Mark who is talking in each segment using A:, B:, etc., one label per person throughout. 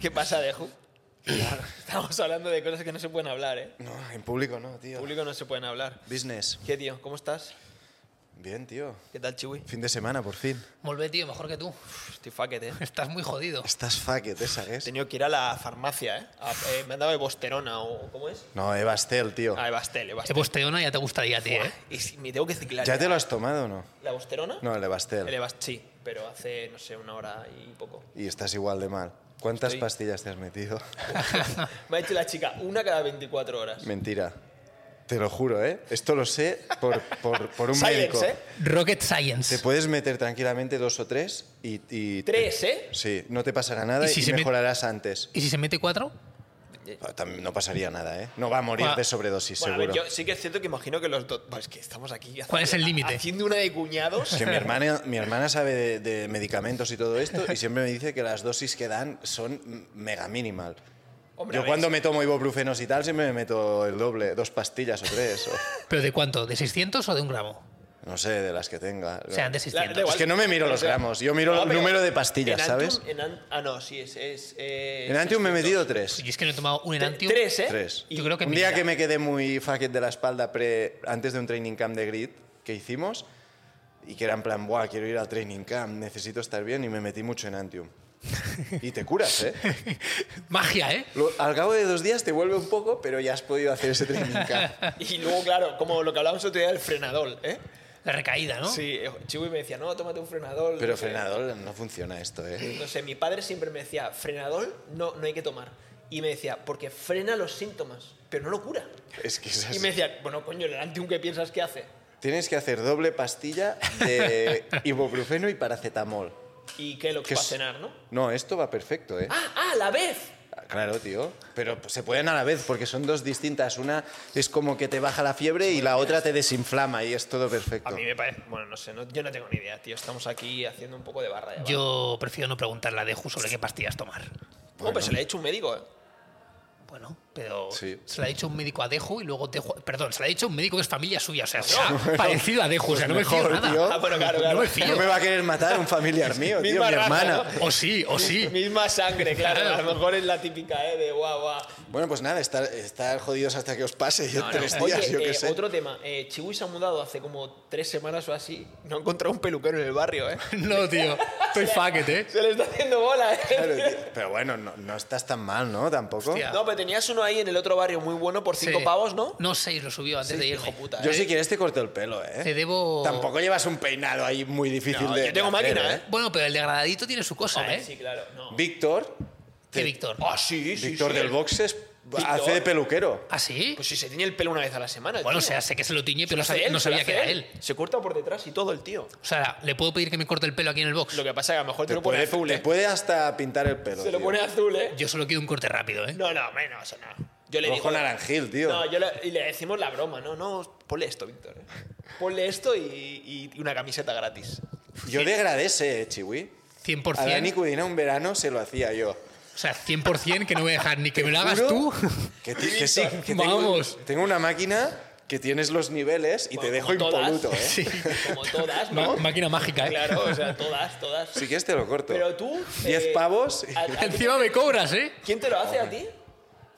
A: ¿Qué pasa, Deju? Estamos hablando de cosas que no se pueden hablar, ¿eh?
B: No, en público no, tío.
A: En público no se pueden hablar.
B: Business.
A: ¿Qué, tío? ¿Cómo estás?
B: Bien, títío.
A: ¿Qué tal, Chiwi?
B: Fin de semana, por fin.
C: Volvé, tío, mejor que tú.
A: Estoy fucked, ¿eh?
C: Estás muy jodido.
B: Estás fucked esa,
A: He
B: ¿es?
A: tenido que ir a la farmacia, ¿eh? A- eh, me han dado Evosterona o... ¿Cómo es?
B: No, Evastel, tío.
A: Ah, Evastel,
C: Te
A: Evastel.
C: posteona ya te gustaría, tío. ¿eh?
A: Y si me tengo que ciclar.
B: ¿Ya te lo has tomado o no?
A: ¿La Evosterona?
B: No, el
A: El
B: Evastel.
A: Evast- sí, pero hace, no sé, una hora y poco.
B: Y estás igual de mal. ¿Cuántas
A: Estoy-
B: pastillas te has metido?
A: Me ha dicho la chica, una cada 24 horas.
B: Mentira. Te lo juro, ¿eh? Esto lo sé por, por- por un
A: Silence,
B: médico.
A: ¿eh?
C: Rocket
B: Te
C: Science.
B: puedes meter tranquilamente dos o tres y... y-
A: Tres, ¿eh?
B: Sí, no te pasará nada
C: ¿Y
B: y,
C: si se me-
B: mejorarás antes.
C: ¿Y si se mete cuatro?
B: Ah, tam- No pasaría nada, ¿eh? No va a morir
C: Bueno,
B: de sobredosis,
A: Bueno, a
B: seguro.
A: ver, yo sí que es cierto que imagino que los dos... Pues es que estamos aquí haciendo,
C: ¿Cuál es el límite?
A: Haciendo una de cuñados.
B: Que mi hermana, mi hermana sabe de, de medicamentos y todo esto y siempre me dice que las dosis que dan son m- mega minimal.
A: Hombre, a
B: Yo
A: ver,
B: cuando me tomo ibuprofenos y tal siempre me meto el doble, dos pastillas o tres, o-
C: ¿Pero de cuánto? ¿De 600 o de un gramo?
B: no sé, de las que tenga.
C: O
A: la-
C: sea, de
A: da
C: 600.
A: igual.
B: Es que no me miro los gramos, yo miro el
A: pero
B: número de
A: en
B: pastillas,
A: Antium-
B: ¿sabes?
A: en An- ah, no, sí, es... es eh,
B: En Antium me he metido
A: 600.
B: tres.
C: Y es que no he tomado un enantium.
A: Pues Tres, ¿eh?
B: Tres.
C: Yo creo que
B: un
C: mi
B: día
C: vida.
B: que me quedé muy fucked de la espalda pre, antes de un training camp de grid que hicimos y que era en plan, buah, quiero ir al training camp, necesito estar bien y me metí mucho en Antium. Y te curas, ¿eh?
C: Magia, ¿eh?
B: Lo- al cabo de dos días te vuelve un poco, pero ya has podido hacer ese training camp.
A: Y luego, claro, como lo que hablábamos otro día del frenadol, ¿eh?
C: La recaída, ¿no?
A: Sí, eh, Chiwi me decía, no, tómate un frenadol.
B: Pero
A: no sé.
B: frenador no funciona esto, ¿eh?
A: No sé, mi padre siempre me decía, frenadol no, no hay que tomar. Y me decía, porque frena los síntomas, pero no lo cura.
B: Es que es
A: Y
B: así.
A: me decía, bueno, coño, el antium que piensas que hace.
B: Tienes que hacer doble pastilla de ibuprofeno y paracetamol.
A: Y que lo que
B: Que
A: va a
B: es-
A: cenar, ¿no?
B: No, esto va perfecto, ¿eh?
A: ¡Ah, ah, a la vez!
B: Claro, tío. Pero se pueden a la vez porque son dos distintas. Una es como que te baja la fiebre y la otra te desinflama y es todo
A: A
B: perfecto.
A: mí me parece... Bueno, no sé, no- yo no tengo ni idea, tío. Estamos aquí haciendo un poco de barra. de barra.
C: Yo prefiero no preguntarle a Deju sobre qué pastillas tomar.
A: Oh, pero se le ha hecho un médico, ¿eh?
C: Bueno, pero
B: Sí.
C: se la ha dicho un médico a Deju y luego Deju... Perdón, se la ha dicho un médico que es familia suya. O sea, se ha parecido a Deju. O sea, no me fío
B: mejor,
C: nada.
B: tío.
A: Ah, bueno, claro, claro.
C: No me fío.
B: No me va a querer matar un familiar mío, tío,
A: Misma
B: mi
A: raza,
B: hermana.
A: ¿no?
C: O sí, o sí.
A: Misma sangre, claro.
C: Claro.
A: A lo mejor es la típica, ¿eh? De guau, guau.
B: Bueno, pues nada, estar, estar jodidos hasta que os pase yo tres
A: Oye,
B: días, yo qué
A: eh,
B: sé.
A: otro tema. Eh, Chiwi se ha mudado hace como tres semanas o así. No ha encontrado un peluquero en el barrio, ¿eh?
C: No, tío. Estoy fucked, ¿eh?
A: Se le está haciendo bola, ¿eh?
B: Claro, tío. Pero bueno, no, no estás tan mal, ¿no? Tampoco.
C: Hostia.
A: No, pero tenías uno ahí en el otro barrio muy bueno por cinco
C: Sí.
A: pavos, ¿no?
C: No, seis lo subió antes de ir.
A: hijo puta.
B: Yo
A: ¿eh?
B: si quieres te corto el pelo, ¿eh?
C: Te debo...
B: Tampoco llevas un peinado ahí muy difícil
A: No,
B: de
A: yo tengo
B: de hacer,
A: máquina, ¿eh?
C: Bueno, pero el degradadito tiene su cosa,
A: Hombre,
C: ¿eh?
A: Ah, Sí, claro. No.
B: Víctor,
C: ¿Qué, Víctor?
A: Ah, sí, sí.
B: Víctor
A: sí.
B: del Boxes
A: Víctor.
B: hace de peluquero.
C: ¿Ah, sí?
A: Pues si se tiñe el pelo una vez a la semana.
C: bueno, o
A: tío.
C: sea, sé que se lo tiñe,
A: Se
C: pero no
A: hace
C: sabía,
A: él,
C: no
A: se
C: sabía
A: hace
C: que era él.
A: Se corta por detrás y todo el tío.
C: O sea, ¿le puedo pedir que me corte el pelo aquí en el box?
A: Lo que pasa es que a lo mejor te,
B: Te
A: lo pone
B: puede,
A: azul,
B: te
A: ¿eh?
B: puede hasta pintar el pelo.
A: Se lo
B: tío.
A: pone azul, ¿eh?
C: Yo solo quiero un corte rápido, ¿eh?
A: No, no, menos, no. Yo le
B: Rojo
A: digo...
B: naranjil, tío.
A: No, yo le, y le decimos la broma, ¿no? No, ponle esto, Víctor. ¿eh? Ponle esto y, y una camiseta gratis.
B: Yo degradé ese, eh, Chiwi. A Dani
C: 100%.
B: Cudina un verano se lo hacía yo.
C: O sea, 100% que no voy a dejar ni que me lo hagas
B: Juro
C: tú.
B: Que, ti- que sí, que tengo-
C: Vamos.
B: Tengo, una máquina que tienes los niveles y
A: Bueno,
B: te dejo
A: como todas.
B: impoluto, ¿eh?
C: Sí.
A: Como todas,
C: Ma-
A: ¿no?
C: máquina mágica, ¿eh?
A: Claro, o sea, todas, todas.
B: Si quieres te lo corto.
A: Pero tú... eh,
B: Diez pavos y-
A: a- a-
C: Encima me cobras, ¿eh?
A: ¿Quién te lo hace a ti?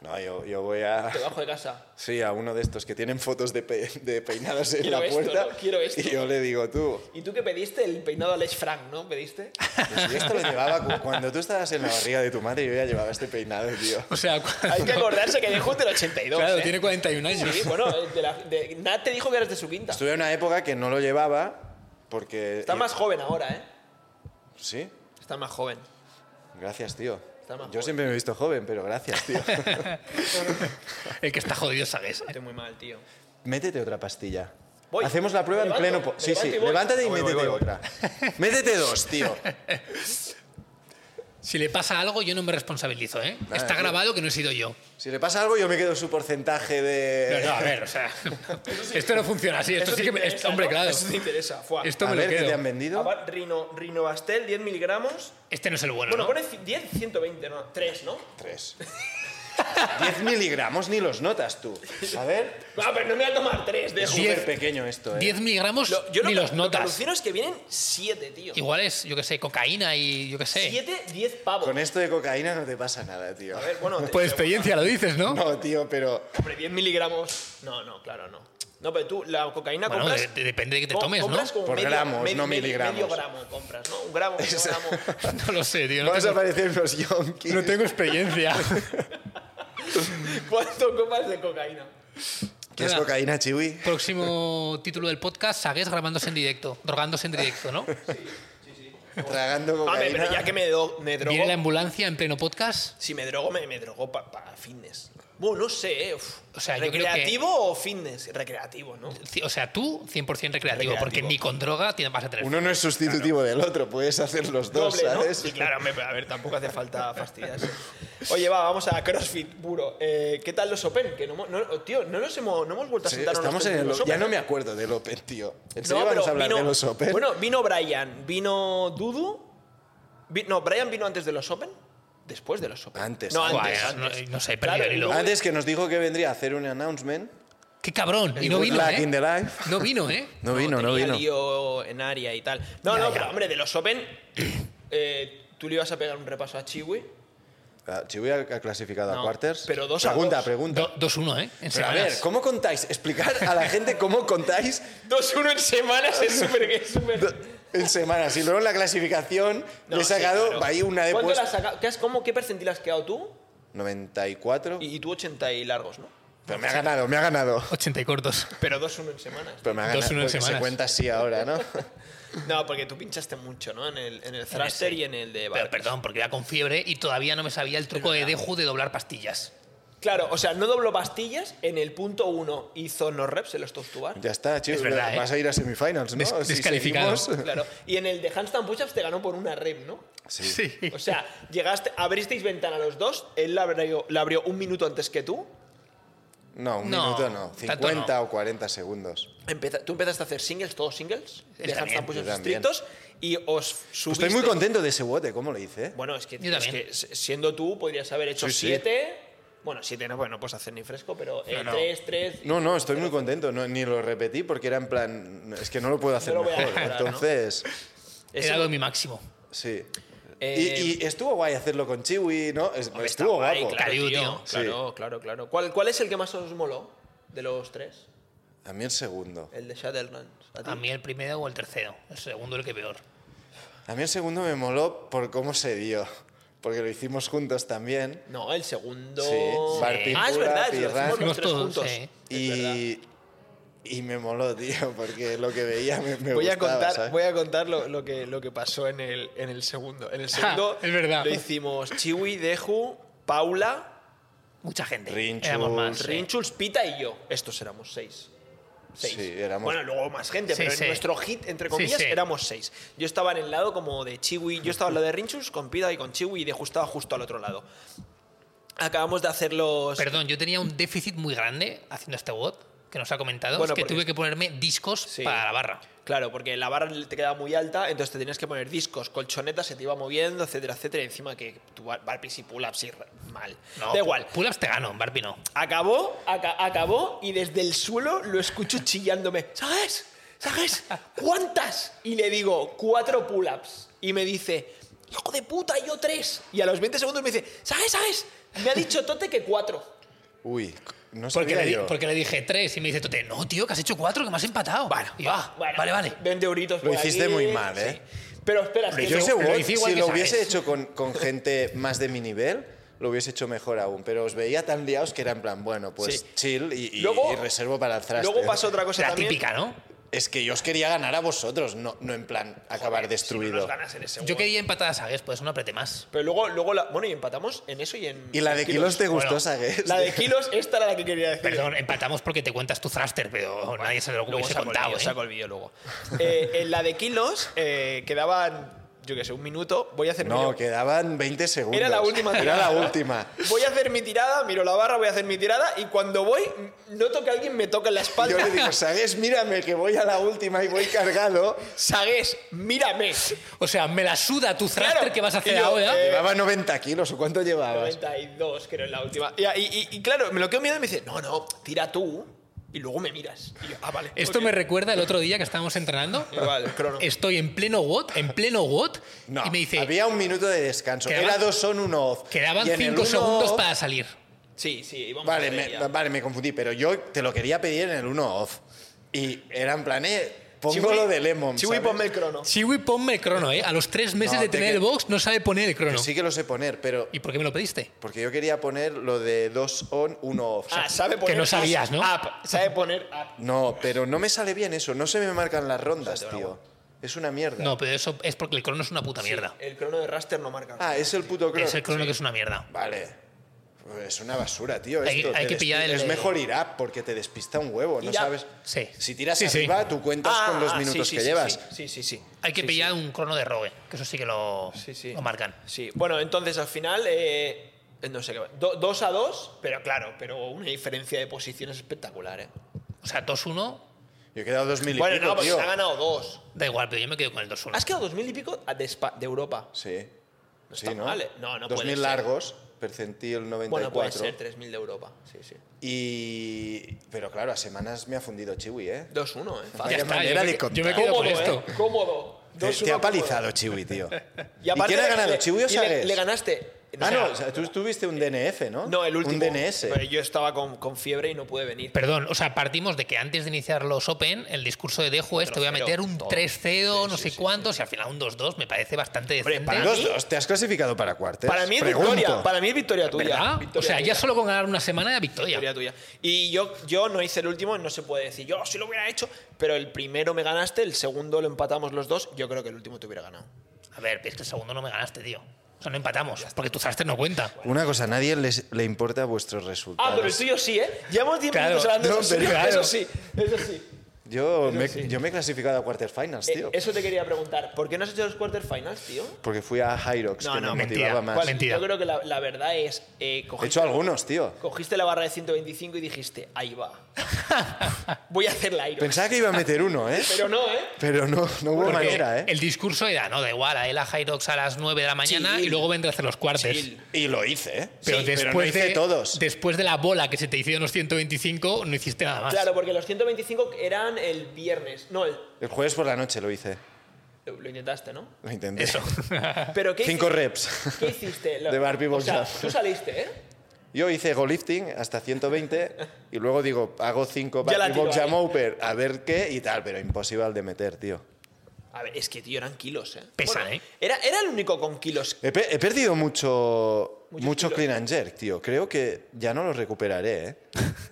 B: No, yo, yo voy a...
A: Debajo de casa.
B: Sí, a uno de estos que tienen fotos de, pe- de peinados en
A: Quiero
B: la
A: esto,
B: puerta.
A: ¿no? Quiero esto.
B: Y yo le digo, tú,
A: ¿Y tú qué pediste? El peinado Alex Frank, ¿no? ¿Pediste?
B: pues yo esto lo llevaba cu- cuando tú estabas en la barriga de tu madre, yo ya llevaba este peinado, tío.
C: O sea, cu-
A: Hay que acordarse que dejó del 82.
C: claro,
A: ¿eh?
C: tiene 41 años.
A: Sí, bueno, de la- de- Nat te dijo que eras de su quinta.
B: Estuve en una época que no lo llevaba porque...
A: Está más joven ahora, ¿eh?
B: Sí,
A: Está más joven.
B: gracias, tío.
A: Está más
B: Yo
A: joven.
B: siempre me he visto joven, pero gracias, tío.
C: El que está jodido, ¿eh? ¿sabes?
A: Estoy muy mal, tío.
B: Métete otra pastilla.
A: Voy.
B: Hacemos la prueba
A: Me
B: en
A: levanto,
B: pleno. po- Sí,
A: me
B: sí,
A: levanto
B: levántate
A: y voy.
B: y
A: Voy, voy,
B: métete
A: voy.
B: otra. métete dos, tío.
C: Si le pasa algo, yo no me responsabilizo, ¿eh?
B: Nada,
C: Está
B: tío.
C: grabado que no he sido yo.
B: Si le pasa algo, yo me quedo su porcentaje
C: No,
B: de.
C: no, a ver, o sea. Esto no funciona así.
A: Eso
C: Esto sí
A: te
C: que me.
A: interesa,
C: esto- Hombre,
A: ¿no?
C: claro.
A: Eso te interesa. Fuá.
C: Esto
B: a
C: me
B: ver,
C: lo
B: ¿qué te
C: quedo.
B: han vendido?
A: Aba- Rino, Rinobastel, 10 miligramos.
C: Este no es el bueno.
A: Bueno,
C: ¿no?
A: pone ci- 10, 120, ¿no? 3, ¿no?
B: Tres. 10 miligramos ni los notas tú. A ver,
A: Ah, pero no me voy a tomar tres,
B: es
A: dejo.
C: Diez-
B: súper pequeño esto, ¿eh?
C: 10 miligramos
A: Lo- yo lo
C: ni
A: que- Lo
C: los
A: que
C: notas.
A: alucino es que vienen siete, tío.
C: Igual es, yo qué sé, cocaína y yo qué sé.
A: Siete, diez pavos.
B: Con esto de cocaína no te pasa nada, tío.
A: A ver, bueno. te-
C: Por experiencia lo dices, ¿no?
B: No, tío, pero...
A: Hombre, 10 miligramos. No, no, claro, no. No, pero tú la cocaína
C: Bueno,
A: compras.
C: de- de- depende de qué te
A: co-
C: tomes, ¿no?
A: compras como
B: Por
A: medio-
B: gramos,
A: medio-
B: no
A: medio-
B: miligramos.
A: Medio gramo compras, ¿no? Un gramo, medio
B: Eso.
A: gramo.
C: No lo sé, tío. No
B: Vamos a
C: tengo,
B: aparecer los yonkis.
C: no tengo experiencia.
A: ¿Cuánto copas de cocaína?
B: ¿Quieres
C: Venga.
B: cocaína, Chiwi?
C: Próximo título del podcast, Sagues grabándose en directo, drogándose en directo, ¿no?
B: Tragando
A: Hombre,
B: cocaína.
A: pero ya que me, do- me drogo.
C: Viene la ambulancia en pleno podcast.
A: Si me drogo, me, me drogo para fitness. Bueno, no sé, eh, uf.
C: O sea, yo creo que-
A: ¿Recreativo o fitness? Recreativo, ¿no?
C: Ci- O sea, tú 100% recreativo, porque
A: Recreativo.
C: ni con droga tienes- vas a tener.
B: Uno no es sustitutivo del otro, puedes hacer los dos,
A: Doble, ¿no?
B: ¿sabes?
A: Sí, claro, hombre, pero a ver, tampoco hace falta fastidiarse. Oye, va, vamos a CrossFit puro. Eh, ¿Qué tal los Open? Que no, mo- no- tío, no nos hemos, no hemos vuelto a
B: Sí,
A: sentar
B: estamos en el... Ya no me acuerdo del Open, tío. ¿En serio vamos a hablar de los Open?
A: Bueno, vino Brian, vino Dudu. vi- no, Brian vino antes de los Open. Después de los Open.
B: Antes.
A: No,
C: Buah,
A: antes.
C: eh,
A: antes.
C: no- no sé, he
A: Claro,
C: perdido el
A: y
C: hilo.
A: luego-
B: Antes que nos dijo que vendría a hacer un announcement.
C: ¡Qué cabrón! Y no
B: Good
C: vino,
B: luck
C: ¿eh?
B: in the life.
C: No vino, ¿eh?
B: No vino, no
A: tenía
B: vino.
A: lío en área y tal. No,
C: Ya,
A: no,
C: ya.
A: pero hombre, de los Open, eh, tú le ibas a pegar un repaso a Chiwi.
B: Ah, Chiwi ha ha clasificado
A: No,
B: a quarters.
A: pero dos a
B: Pregunta,
A: dos.
B: pregunta.
C: Do- 2-1, ¿eh? En
B: Pero a ver,
C: semanas.
B: ¿cómo contáis? Explicar a la gente cómo contáis
A: 2-1 en semanas es súper. es súper-
B: en semanas. Y luego en la clasificación
A: No,
B: le he
A: sí,
B: sacado
A: claro.
B: ahí una de
A: ¿Cuánto
B: puesto.
A: la has sacado? ¿Qué, has- cómo- qué percentil has quedado tú?
B: 94.
A: Y, y tú 80 y largos, ¿no?
B: Pero me ha ganado, me ha ganado.
C: 80 y cortos.
A: Pero 2-1 en semanas.
B: Pero me ha
C: Dos,
B: ganado.
C: uno en
B: porque se
C: semanas.
B: cuenta así ahora, ¿no?
A: No, porque tú pinchaste mucho, ¿no? En el, en el thruster
C: ese.
A: y en el de
C: Pero
A: bar.
C: perdón, porque iba con fiebre y todavía no me sabía el truco de Deju de doblar pastillas.
A: Claro, o sea, no dobló pastillas. En el punto 1 hizo no reps, el stop to bar.
B: Ya está, chicos.
C: Es verdad,
B: vas
C: ¿eh?
B: a ir a semifinals, ¿no?
C: Des-
B: Si
C: descalificado.
B: seguimos-
A: Claro. Y en el de handstand push-ups te ganó por una rep, ¿no?
B: Sí.
C: Pues
A: O sea, llegaste, abristeis ventana los dos, él la abrió, la abrió un minuto antes que tú.
B: No, un
C: No,
B: minuto no.
C: tanto
B: 50
C: no.
B: o 40 segundos.
A: Empeza- tú empezaste a hacer singles, todos singles,
C: Él
A: de
C: también,
A: handstand push-ups
B: yo también.
A: estrictos, y os subiste.
B: Pues Estoy muy contento de ese bote, ¿cómo lo hice?
A: Bueno, es que,
C: Yo
A: es
C: también.
A: que s- siendo tú podrías haber hecho
B: Sí, sí.
A: siete. Bueno, siete no, pues no puedes hacer ni fresco, pero eh,
C: No, no.
A: tres, tres.
B: No, no, estoy muy contento. No, ni lo repetí porque era en plan. Es que no lo puedo hacer
A: lo voy a
B: mejor.
A: mejorar, ¿no?
B: Entonces.
A: Es-
C: Era algo mi máximo.
B: Sí.
A: Eh,
B: y, y estuvo guay hacerlo con Chiwi, ¿no? Es-
A: Hombre, está
B: estuvo
A: guay,
B: guapo.
A: Claro,
C: Cariu,
A: tío,
C: tío.
A: claro, claro, claro. ¿Cuál, ¿Cuál es el que más os moló de los tres?
B: A mí el segundo.
A: El de Shadowlands. ¿A ti?
C: A mí el primero o el tercero. El segundo el que peor.
B: A mí el segundo me moló por cómo se dio. Porque lo hicimos juntos también.
A: No, el segundo.
B: Sí, Martín
A: Ah, es
B: Pura,
A: verdad, eso lo
B: Pirrán.
A: hicimos los
C: Fuimos
A: tres
C: todos,
A: juntos.
C: sí.
A: Es verdad.
B: Y, y me moló, tío, porque lo que veía me, me
A: voy
B: gustaba,
A: a contar,
B: ¿sabes?
A: voy a contar lo, lo que, lo que pasó en el, en el segundo. En el segundo
C: Ah, es verdad.
A: lo hicimos Chiwi, Deju, Paula,
C: Mucha gente.
B: Rinchus.
C: Éramos más. sí.
A: Rinchuls, Pita y yo. Estos éramos seis. Seis.
B: Sí, éramos-
A: Bueno, luego más gente,
C: Sí,
A: pero
C: sí.
A: en nuestro hit, entre comillas,
C: sí.
A: éramos seis. Yo estaba en el lado como de Chiwi, yo estaba al lado de Rinchuls, con Pita y con Chiwi, y Deju estaba justo al otro lado. Acabamos de hacer los...
C: Perdón, yo tenía un déficit muy grande haciendo este bot que nos ha comentado.
A: Bueno,
C: es que
A: porque-
C: tuve que ponerme discos
A: Sí.
C: para la barra.
A: Claro, porque la barra te quedaba muy alta, entonces te tenías que poner discos, colchonetas, se te iba moviendo, etcétera, etcétera. Y encima que tu bar- barpis y pull-ups y re- mal.
C: No,
A: da igual.
C: Pull-ups te gano, Barbie no.
A: Acabó, aca- acabó y desde el suelo lo escucho chillándome. ¿Sabes? ¿Sabes? ¿Cuántas? Y le digo, cuatro pull-ups. Y me dice, hijo de puta, yo tres. Y a los 20 segundos me dice, ¿sabes? ¿Sabes? Me ha dicho Tote que cuatro.
B: Uy, no
C: Porque
B: sabía
C: le, di-
B: yo.
C: porque le dije tres y me dice Tote, no, tío, que has hecho cuatro, que me has empatado. Bueno, y yo, ah,
A: Bueno,
C: vale, vale.
A: 20 euritos.
B: Lo
A: por
B: hiciste
A: aquí,
B: muy mal,
A: sí.
B: ¿eh?
A: Pero espera, es que
B: Yo
A: se-
B: ese
C: lo
B: WOT,
C: hice igual
B: si
C: que
B: lo
C: sabes.
B: hubiese hecho con, con gente más de mi nivel, lo hubiese hecho mejor aún. Pero os veía tan liados que era en plan, bueno, pues
A: Sí.
B: chill y, y-
A: Luego-
B: y reservo para el traste.
A: Luego pasó otra cosa
C: La
A: también.
C: típica, ¿no?
B: Es que yo os quería ganar a vosotros, no, no en plan acabar destruido.
C: Yo quería empatar a Sagues, pues no apreté más.
A: Pero luego, luego la- bueno, y empatamos en eso y en.
B: y la de
A: en
B: kilos te gustó,
C: Bueno,
B: ¿sabes?
A: La de kilos, esta era la que quería decir.
C: Perdón, empatamos porque te cuentas tu thruster, pero nadie se lo
A: Luego
C: hubiese
A: saco el
C: contado.
A: vídeo,
C: ¿eh?
A: saco el vídeo luego. Eh, en la de kilos eh, quedaban yo qué sé, un minuto, voy a hacer
B: No,
A: mi...
B: quedaban 20 segundos.
A: Era la última
B: Era
A: tirada.
B: la última.
A: Voy a hacer mi tirada, miro la barra, voy a hacer mi tirada y cuando voy noto que alguien me toca en la espalda.
B: Yo le digo, Sagues, mírame que voy a la última y voy cargado.
A: Sagues, mírame.
C: O sea, me la suda tu thruster
A: Claro.
C: que vas a hacer
A: Y yo,
C: ahora.
A: eh,
B: Llevaba 90 kilos, ¿o cuánto llevabas?
A: 92, creo, en la última. Y, y- y- y claro, me lo quedo mirando y me dice, no, no, tira tú y luego me miras. Y yo, ah, vale.
C: Esto
A: ok".
C: me recuerda el otro día que estábamos entrenando.
A: Igual, crono.
C: Estoy en pleno WOT, en pleno WOT.
B: No,
C: y me dice,
B: había un minuto de descanso.
C: Quedaban-
B: Era dos on, uno off.
C: quedaban
B: Y en el
C: 5
B: uno
C: segundos
B: off-
C: para salir.
A: Sí, sí, y vamos
B: Vale
A: a ver
B: me,
A: ya.
B: vale, me confundí, pero yo te lo quería pedir en el uno off. Y era en plan, eh, pongo
A: Chiwi-
B: lo de Lemon,
A: Chiwi,
B: ¿sabes?
A: ponme el crono.
C: Chiwi, ponme el crono, ¿eh? A los tres meses
B: No,
C: de
B: te
C: tener
B: que-
C: el box no sabe poner el
B: Que
C: crono.
B: sí que lo sé poner, pero...
C: ¿Y por qué me lo pediste?
B: Porque yo quería poner lo de dos on, uno off.
A: Ah, sabe poner
C: no sabías,
A: as-
C: ¿no?
A: App, sabe poner app.
B: No, pero no me sale bien eso. No se me marcan las rondas,
A: Sácate una
B: tío. Es una mierda.
C: No, pero eso es porque el crono es una puta mierda.
A: El crono de raster no marca.
B: Ah, es el puto crono.
C: es el crono que es una mierda.
B: Vale. Pues Es una basura, tío.
C: Hay-
B: esto.
C: hay
B: Te
C: que
B: despi-
C: pillar el-
B: Es mejor ir up porque te despista un huevo, no
A: Ir up.
B: sabes.
C: Sí.
B: Si tiras
C: Sí, sí.
B: arriba, tú cuentas
A: Ah,
B: con los
A: ah, sí,
B: minutos
A: sí,
B: que
A: sí,
B: llevas.
A: Sí, sí, sí. sí.
C: Hay que
A: Sí,
C: pillar un crono de rogue, que eso sí que lo,
A: sí, sí.
C: lo marcan.
A: Sí. Bueno, entonces al final, eh, no sé qué. va. Do- dos a dos, pero claro, pero una diferencia de posiciones espectacular, ¿eh?
C: O sea, 2-1,
B: Yo he quedado dos mil y
A: Bueno,
B: pico,
A: no, pues
B: tío.
A: ha ganado dos.
C: da igual, pero yo me quedo con el 2-1.
A: Has quedado dos mil y pico a- de, Espa- de Europa.
B: Sí.
A: No
B: sí,
A: está
B: ¿no?
A: mal, eh. No, no
B: dos
A: puede
B: mil
A: ser.
B: largos, percentil 94.
A: Bueno, puede ser tres mil de Europa. Sí, sí.
B: Y... Pero claro, a semanas me ha fundido Chiwi, ¿eh?
A: 2-1, ¿eh?
B: Vaya
A: Fácil.
C: está,
B: manera
C: yo me-
B: de contar.
C: yo me quedo con
A: Cómodo,
C: esto.
A: ¿eh? Cómodo.
B: Te,
A: 2-1
B: te ha
A: cómodo.
B: palizado Chiwi, tío.
A: Y, aparte
B: quién ha
A: le-
B: ganado,
A: le-
B: Chiwi o
A: y le,
B: Sagues?
A: le ganaste.
B: Ah,
A: O sea, eh,
B: no, o sea, tú tuviste un DNF, ¿no?
A: No, el último.
B: Un DNS.
A: Pero yo estaba con, con fiebre y no pude venir.
C: Perdón, o sea, partimos de que antes de iniciar los Open, el discurso de Dejo es: te voy a meter un
A: todo.
C: 3-0, no
A: sí,
C: sé
A: sí,
C: cuántos, y al final un 2-2, me parece bastante
A: Hombre,
C: decente.
A: para
B: Para
A: mí-
B: los dos, te has clasificado para cuartos.
A: Para mí es
B: Pregunto.
A: victoria. Para mí es victoria tuya.
C: ¿Verdad?
A: Victoria
C: o sea,
A: tuya.
C: ya solo con ganar una semana, victoria.
A: Victoria tuya. Y yo, yo no hice el último, no se puede decir, yo sí lo hubiera hecho, pero el primero me ganaste, el segundo lo empatamos los dos, yo creo que el último te hubiera ganado.
C: A ver, pero es que el segundo no me ganaste, tío. O sea, no empatamos, porque tu thruster no cuenta.
B: Una cosa, a nadie les- le importa vuestros resultados.
A: Ah, pero el tuyo sí, ¿eh? Llevamos 10
C: Claro,
A: minutos hablando de
C: no,
A: eso,
C: pero
A: sí,
C: claro.
A: eso sí, eso sí.
B: yo, me, yo me he clasificado a quarterfinals,
A: Eh,
B: tío.
A: eso te quería preguntar, ¿por qué no has hecho los quarterfinals, tío?
B: Porque fui a Hyrox,
A: No,
B: que
A: no,
B: me
C: mentira.
B: motivaba más.
A: ¿Cuál?
C: mentira.
A: Yo creo que la, la verdad es, eh,
B: He
A: cogiste,
B: hecho algunos, tío.
A: cogiste la barra de 125 y dijiste, ahí va, voy a hacer la Iron.
B: Pensaba que iba a meter uno, ¿eh?
A: Pero no, ¿eh?
B: Pero no, no hubo
C: Porque
B: manera, ¿eh?
C: El discurso era: no, da igual, a él a Hyrox a las 9 de la mañana
A: Chill.
C: y luego vendrá a hacer los cuartos.
A: Chill.
B: Y lo hice, ¿eh?
C: Pero
B: Sí,
C: después
B: no hice
C: de
B: todos.
C: Después de la bola que se te hicieron los 125, no hiciste nada más.
A: Claro, porque los 125 eran el viernes, no, el-
B: El jueves por la noche lo hice.
A: lo lo intentaste, ¿no?
B: Lo intenté. Eso.
A: Pero ¿qué
B: Cinco
A: hici-
B: reps.
A: ¿Qué hiciste? Lo-
B: De Barbie
A: o sea,
B: Boxer.
A: tú saliste, ¿eh?
B: Yo hice go lifting hasta 120 y luego digo, hago 5
A: Ya la
B: back y box
A: tiro
B: jump
A: ahí.
B: over, a ver qué y tal, pero imposible de meter, tío.
A: A ver, es que, tío, eran kilos, ¿eh?
C: Pesan, ¿eh?
A: Era, era el único con kilos.
B: He, pe- he perdido mucho,
A: Muchos
B: mucho
A: kilos.
B: clean and jerk, tío. Creo que ya no lo recuperaré, ¿eh?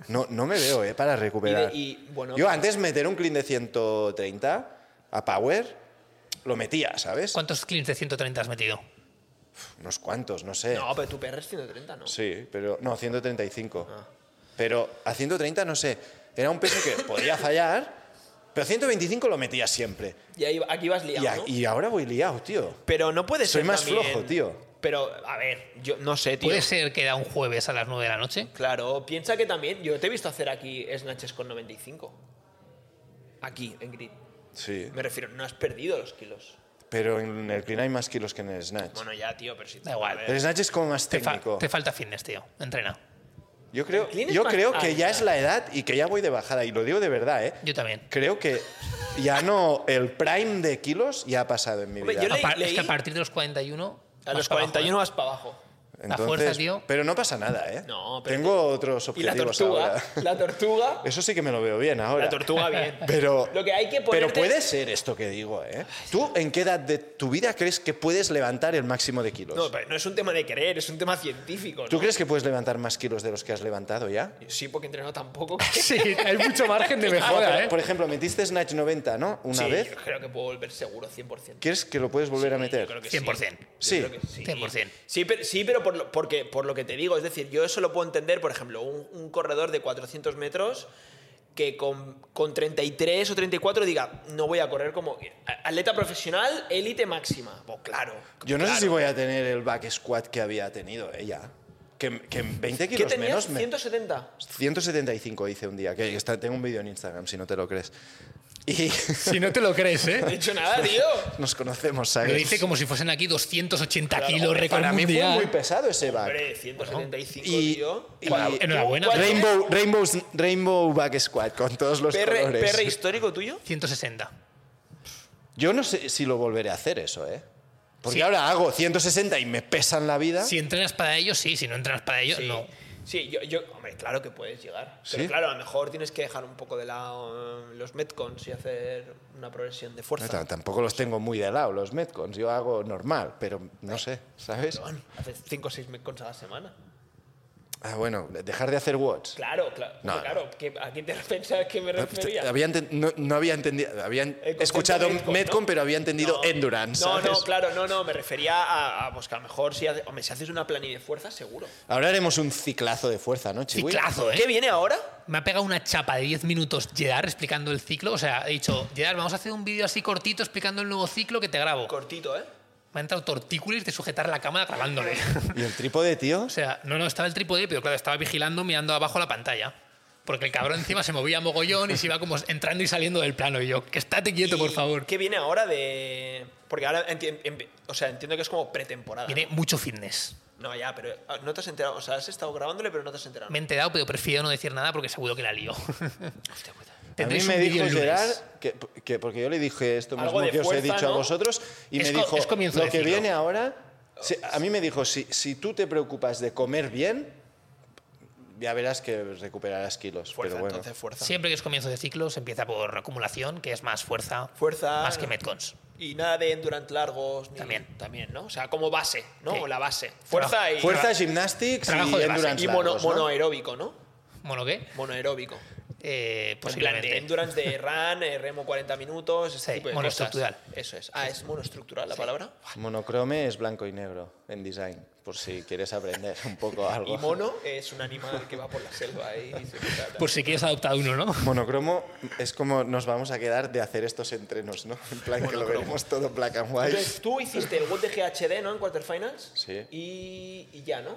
B: No, no me veo, ¿eh? Para recuperar.
A: Y de- y, bueno,
B: Yo antes meter un clean de 130 a power, lo metía, ¿sabes?
C: ¿Cuántos cleans de 130 has metido?
B: Unos cuantos, no sé.
A: No, pero tu PR es 130, ¿no?
B: Sí, pero no, 135.
A: Ah.
B: Pero a 130, no sé, era un peso que podía fallar, pero 125 lo metía siempre.
A: Y ahí, aquí vas liado,
B: Y, a-
A: ¿no?
B: y ahora voy liado, tío.
A: Pero no puede
B: Soy
A: ser
B: más
A: también-
B: flojo, tío.
A: Pero, a ver, yo no sé, tío.
C: ¿Puede ser que da un jueves a las 9 de la noche?
A: Claro, piensa que también... Yo te he visto hacer aquí snatches con 95. Aquí, en grid.
B: Sí.
A: Me refiero, no has perdido los kilos.
B: Pero en el clean hay más kilos que en el snatch.
A: Bueno, eh. ya, tío, pero si...
C: Da igual.
A: a
C: eh.
A: ver.
B: el snatch es como más
C: Te, fa-
B: técnico.
C: te falta fitness, tío. Entrena.
B: Yo creo,
A: El clean es
B: yo
A: más-
B: creo
A: ah,
B: que ya
A: ya.
B: es la edad y que ya voy de bajada. Y lo digo de verdad, ¿eh?
C: Yo también.
B: Creo que ya no... El prime de kilos ya ha pasado en mi
A: Hombre,
B: vida.
A: yo le-
C: A par-
A: leí-
C: Es que a partir de los 41.
A: A
C: vas
A: los
C: para abajo,
A: 41
C: ¿eh?
A: vas para abajo.
C: la fuerza, tío.
B: Pero no pasa nada, ¿eh?
A: No, pero-
B: Tengo otros
A: Y la
B: objetivos
A: tortuga,
B: ahora.
A: la tortuga...
B: Eso sí que me lo veo bien ahora.
A: La tortuga bien.
B: Pero,
A: Lo que hay que
B: pero
A: ponerte-
B: puede ser esto que digo, ¿eh? ¿Tú en qué edad de tu vida crees que puedes levantar el máximo de kilos?
A: No, pero no es un tema de creer, es un tema científico. ¿no?
B: ¿Tú crees que puedes levantar más kilos de los que has levantado ya?
A: Sí, porque entrenó tampoco.
C: Sí, hay mucho margen de
B: No, pero,
C: mejora, ¿eh?
B: Por ejemplo, metiste Snatch 90, ¿no? Una
A: Ah, Sí,
B: vez.
A: Yo creo que puedo volver seguro 100%.
B: ¿Crees que lo puedes volver a
A: Yo creo
B: meter?
A: que
C: 100%.
A: Sí.
B: Sí.
A: Yo creo que sí.
C: 100%.
A: Sí, pero, sí, pero por, lo, porque, por lo que te digo, es decir, yo eso lo puedo entender, por ejemplo, un, un corredor de 400 metros que con, con 33 o 34 diga, no voy a correr como a- atleta profesional, élite máxima. Pues claro.
B: Yo no
A: claro.
B: sé si voy a tener el back squat que había tenido ella. Que, que en 20
A: ¿Qué
B: kilos
A: tenías?
B: menos. me-
A: 170.
B: 175 hice un día. Que está- tengo un vídeo en Instagram, si no te lo crees. Y
C: Si no te lo crees,
A: No he
C: ¿eh?
A: dicho nada, tío.
B: nos conocemos, ¿sabes?
C: Lo dice como si fuesen aquí 280
A: Claro,
C: kilos, récord
B: Para mí fue
C: mundial.
B: muy pesado ese back.
A: Hombre, 175,
B: Y-
A: tío.
B: y-
C: Bueno, enhorabuena.
A: ¿Cuál-
B: Rainbow, Rainbow, Rainbow Back Squad con todos los
A: PR,
B: colores.
A: PR histórico tuyo?
C: 160.
B: Yo no sé si lo volveré a hacer eso, ¿eh? Porque
C: Sí.
B: ahora hago 160 y me pesan la vida.
C: Si entrenas para ello, sí. Si no entrenas para ello,
A: Sí.
C: no.
A: Sí, yo, yo- hombre, claro que puedes llegar.
B: ¿Sí?
A: Pero claro, a lo mejor tienes que dejar un poco de lado eh, los metcons y hacer una progresión de
B: No,
A: fuerza.
B: t- tampoco los tengo muy de lado, los Metcons. Yo hago normal, pero no sé, ¿sabes?
A: Perdón, Haces 5 o 6 metcons a la semana.
B: Ah, bueno, dejar de hacer watts.
A: Claro, claro.
B: No,
A: hombre, claro ¿qué- ¿A quién te pensabas que me refería? Eh,
B: Había enten- no, no había entendido, habían
A: El concepto
B: escuchado
A: Metcon, ¿no?
B: Metcon, pero había entendido
A: No.
B: Endurance.
A: No,
B: ¿sabes?
A: no, claro, no, no. Me refería a, a, pues, que a lo mejor si, hace- hombre, si haces una planilla de fuerza, seguro.
B: Ahora haremos un ciclazo de fuerza, ¿no, Chiwi?
C: Ciclazo, ¿eh?
A: ¿Qué viene ahora?
C: Me ha pegado una chapa de 10 minutos Gerard explicando el ciclo. O sea, he dicho, Gerard, vamos a hacer un vídeo así cortito explicando el nuevo ciclo que te grabo.
A: Cortito, ¿eh?
C: Me ha entrado tortícolis de sujetar la cámara grabándole.
B: ¿Y el trípode, tío?
C: o sea, no, no, estaba el trípode, pero claro, estaba vigilando mirando abajo la pantalla. Porque el cabrón encima se movía mogollón y se iba como entrando y saliendo del plano. Y yo, que estate quieto,
A: ¿Y
C: por favor.
A: ¿Qué viene ahora de...? Porque ahora enti- em- o sea, entiendo que es como pretemporada.
C: Tiene mucho fitness.
A: No, ya, pero ah, no te has enterado. O sea, has estado grabándole, pero no te has enterado.
C: Me he enterado, pero prefiero no decir nada porque seguro que la lío.
B: A mí
C: Tendréis
B: me
C: un vídeo
B: dijo
C: el lunes.
B: Gerard, que, que- porque yo le dije esto
A: Algo
B: mismo
A: de
B: que os he
A: fuerza,
B: dicho a
A: ¿no?
B: vosotros, y
C: Es
B: me
C: co-
B: dijo,
C: es comienzo
B: lo
C: de
B: que
C: ciclo".
B: viene ahora, si- a mí me dijo, si, si tú te preocupas de comer bien, ya verás que recuperarás kilos.
A: Fuerza,
B: pero bueno.
A: entonces, fuerza.
C: Siempre que es comienzo de ciclo se empieza por acumulación, que es más fuerza,
A: Fuerza...
C: más que metcons.
A: Y nada de endurance largos. ni-
C: También.
A: También, ¿no? O sea, como base, ¿no?
C: Sí.
A: O la base. Fuerza y...
B: fuerza, gymnastics y
C: trabajo de base.
B: endurance
A: y mono,
B: largos, ¿no?
A: monoaeróbico, ¿no?
C: ¿Mono qué?
A: Monoaeróbico.
C: Eh,
A: Pues en plan de
C: posiblemente.
A: endurance de run, eh, remo 40 minutos, ese
C: Sí,
A: tipo de
C: monoestructural.
A: cosas. Eso es. Ah, es monoestructural la palabra.
B: Monocrome es blanco y negro en design, por si quieres aprender un poco algo.
A: Y mono es un animal que va por la selva y se trata.
B: Pues
C: Por si quieres adoptar uno, ¿no?
B: Monocromo es como nos vamos a quedar de hacer estos entrenos, ¿no? En plan que lo
A: Monocromo.
B: veremos todo black and white.
A: Entonces, tú hiciste el WOT de GHD, ¿no? En quarterfinals.
B: Sí.
A: Y, y ya, ¿no?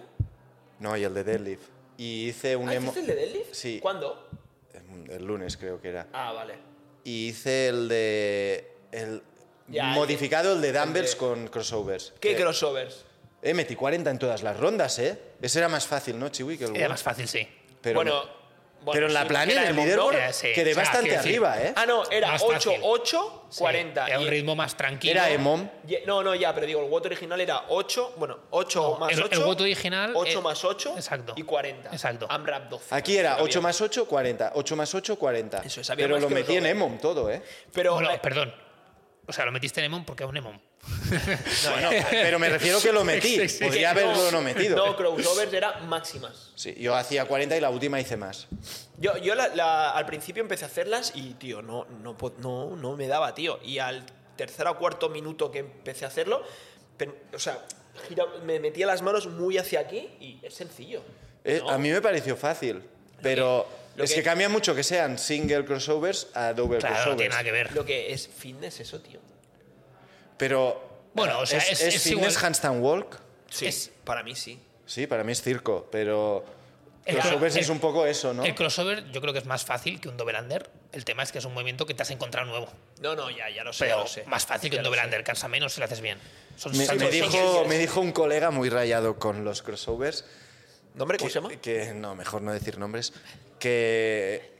B: No, y el de deadlift. Y hice un
A: ¿Ah,
B: emo-
A: hiciste el de deadlift?
B: Sí.
A: ¿Cuándo?
B: El lunes creo que era.
A: Ah, vale.
B: Y hice el de. El
A: Ya, el
B: modificado,
A: de-
B: el de dumbbells
A: el de-
B: con crossovers.
A: ¿Qué
B: Que-
A: crossovers?
B: Eh, metí 40 en todas las rondas, ¿eh? Ese era más fácil, ¿no, Chiwi? Que el
C: Era
B: wall?
C: más fácil, sí.
B: Pero,
A: bueno, bueno,
B: pero en la
A: sí,
B: planilla,
A: era
B: en el
A: de
B: leaderboard,
A: Mondongo.
C: era- sí,
B: quedé
C: o sea,
B: bastante
C: quiero decir-
B: arriba, ¿eh?
A: Ah, no, era
C: Más
A: 8,
C: fácil.
A: 8,
C: Sí,
A: 40.
C: Era un
A: Y-
C: ritmo más tranquilo.
B: era EMOM.
A: Ye- No, no, ya, pero digo, el WOT original era 8, bueno, 8 más
C: el- el
A: 8.
C: WOT original,
A: 8
C: eh,
A: más 8
C: exacto.
A: y 40.
C: Exacto.
A: AMRAP 12.
B: Aquí era
A: Había-
B: 8 más 8, 40. 8 más 8, 40.
A: Eso es, había
B: pero
A: más
B: lo
A: que
B: metí en
A: crossover.
B: EMOM todo, ¿eh?
A: Pero,
C: Bueno,
A: eh,
C: perdón. O sea, lo metiste en Emon porque es un Emon.
B: Bueno, pero me refiero que lo metí.
C: Sí, sí, sí.
A: que
B: Podría haberlo no
A: No,
B: metido. eh.
A: crossovers eran máximas.
B: Sí, yo hacía 40 y la última hice más.
A: Yo, yo la- la- al principio empecé a hacerlas y, tío, no, no, po- no, no me daba, tío. Y al tercer o cuarto minuto que empecé a hacerlo, pen- o sea, gira- me metía las manos muy hacia aquí y es sencillo.
B: Eh,
A: ¿no?
B: A mí me pareció fácil, pero
A: lo
B: es
A: que-
B: que cambia mucho que sean single crossovers a double
C: Claro, no
B: crossovers.
C: tiene nada que ver.
A: Lo que es fitness, eso, tío.
B: Pero
C: Bueno, o sea,
B: es,
C: es-
B: es
C: es
B: fitness
C: igual-
B: handstand walk.
A: Sí,
C: Es-
A: para mí sí.
B: Sí, para mí es circo, pero
C: El-
B: crossovers
C: el-
B: es un poco eso, ¿no?
C: El crossover yo creo que es más fácil que un double under. El tema es que es un movimiento que te has encontrado nuevo.
A: No, no, ya, ya lo sé. ya
C: Pero
A: lo sé.
C: más fácil que
A: Ya
C: un
A: lo
C: double
A: sé.
C: under. Cansa menos si lo haces bien. Son
B: me,
C: son-
B: me
C: son-
B: dijo, me dijo un colega muy rayado con los crossovers
A: ¿Nombre
B: que,
A: cómo se llama?
B: que- no, mejor no decir nombres, que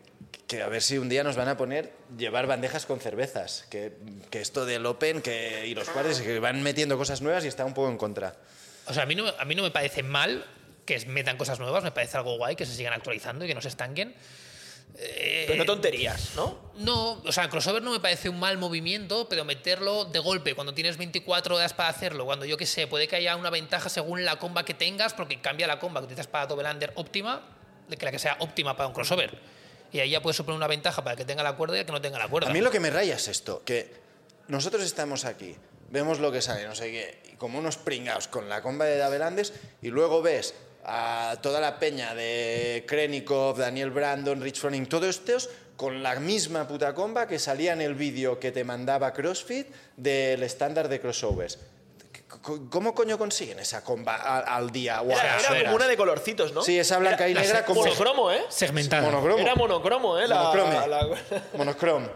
B: que a ver si un día nos van a poner llevar bandejas con cervezas, que, que esto del Open que, y los cuartos que van metiendo cosas nuevas y está un poco en contra.
C: O sea, a mí, no, a mí no me parece mal que es- metan cosas nuevas, me parece algo guay que se sigan actualizando y que no se estanquen. Eh,
A: Pero no tonterías, ¿no?
C: No, o sea, crossover no me parece un mal movimiento, pero meterlo de golpe, cuando tienes 24 horas para hacerlo, cuando yo qué sé, puede que haya una ventaja según la comba que tengas, porque cambia la comba que utilizas para double under óptima, de que la que sea óptima para un crossover. Y ahí ya puedes suponer una ventaja para el que tenga la cuerda y el que no tenga la cuerda.
B: A mí lo que me raya es esto, que nosotros estamos aquí, vemos lo que sale, no sé qué, y como unos pringados con la comba de Dabelandes, y luego ves a toda la peña de Krenikov, Daniel Brandon, Rich Froning, todos estos con la misma puta comba que salía en el vídeo que te mandaba CrossFit del estándar de crossovers. C- ¿Cómo coño consiguen esa comba a- al día o a
A: Era,
B: la
A: era
B: hora?
A: como una de colorcitos, ¿no?
B: Sí, esa blanca y
A: Era-
B: negra
A: era
B: como-
A: Monocromo, ¿eh?
D: Segmentada.
B: monocromo.
A: Era monocromo, ¿eh? La-
B: Monocrome.
A: la-
B: Monocrom.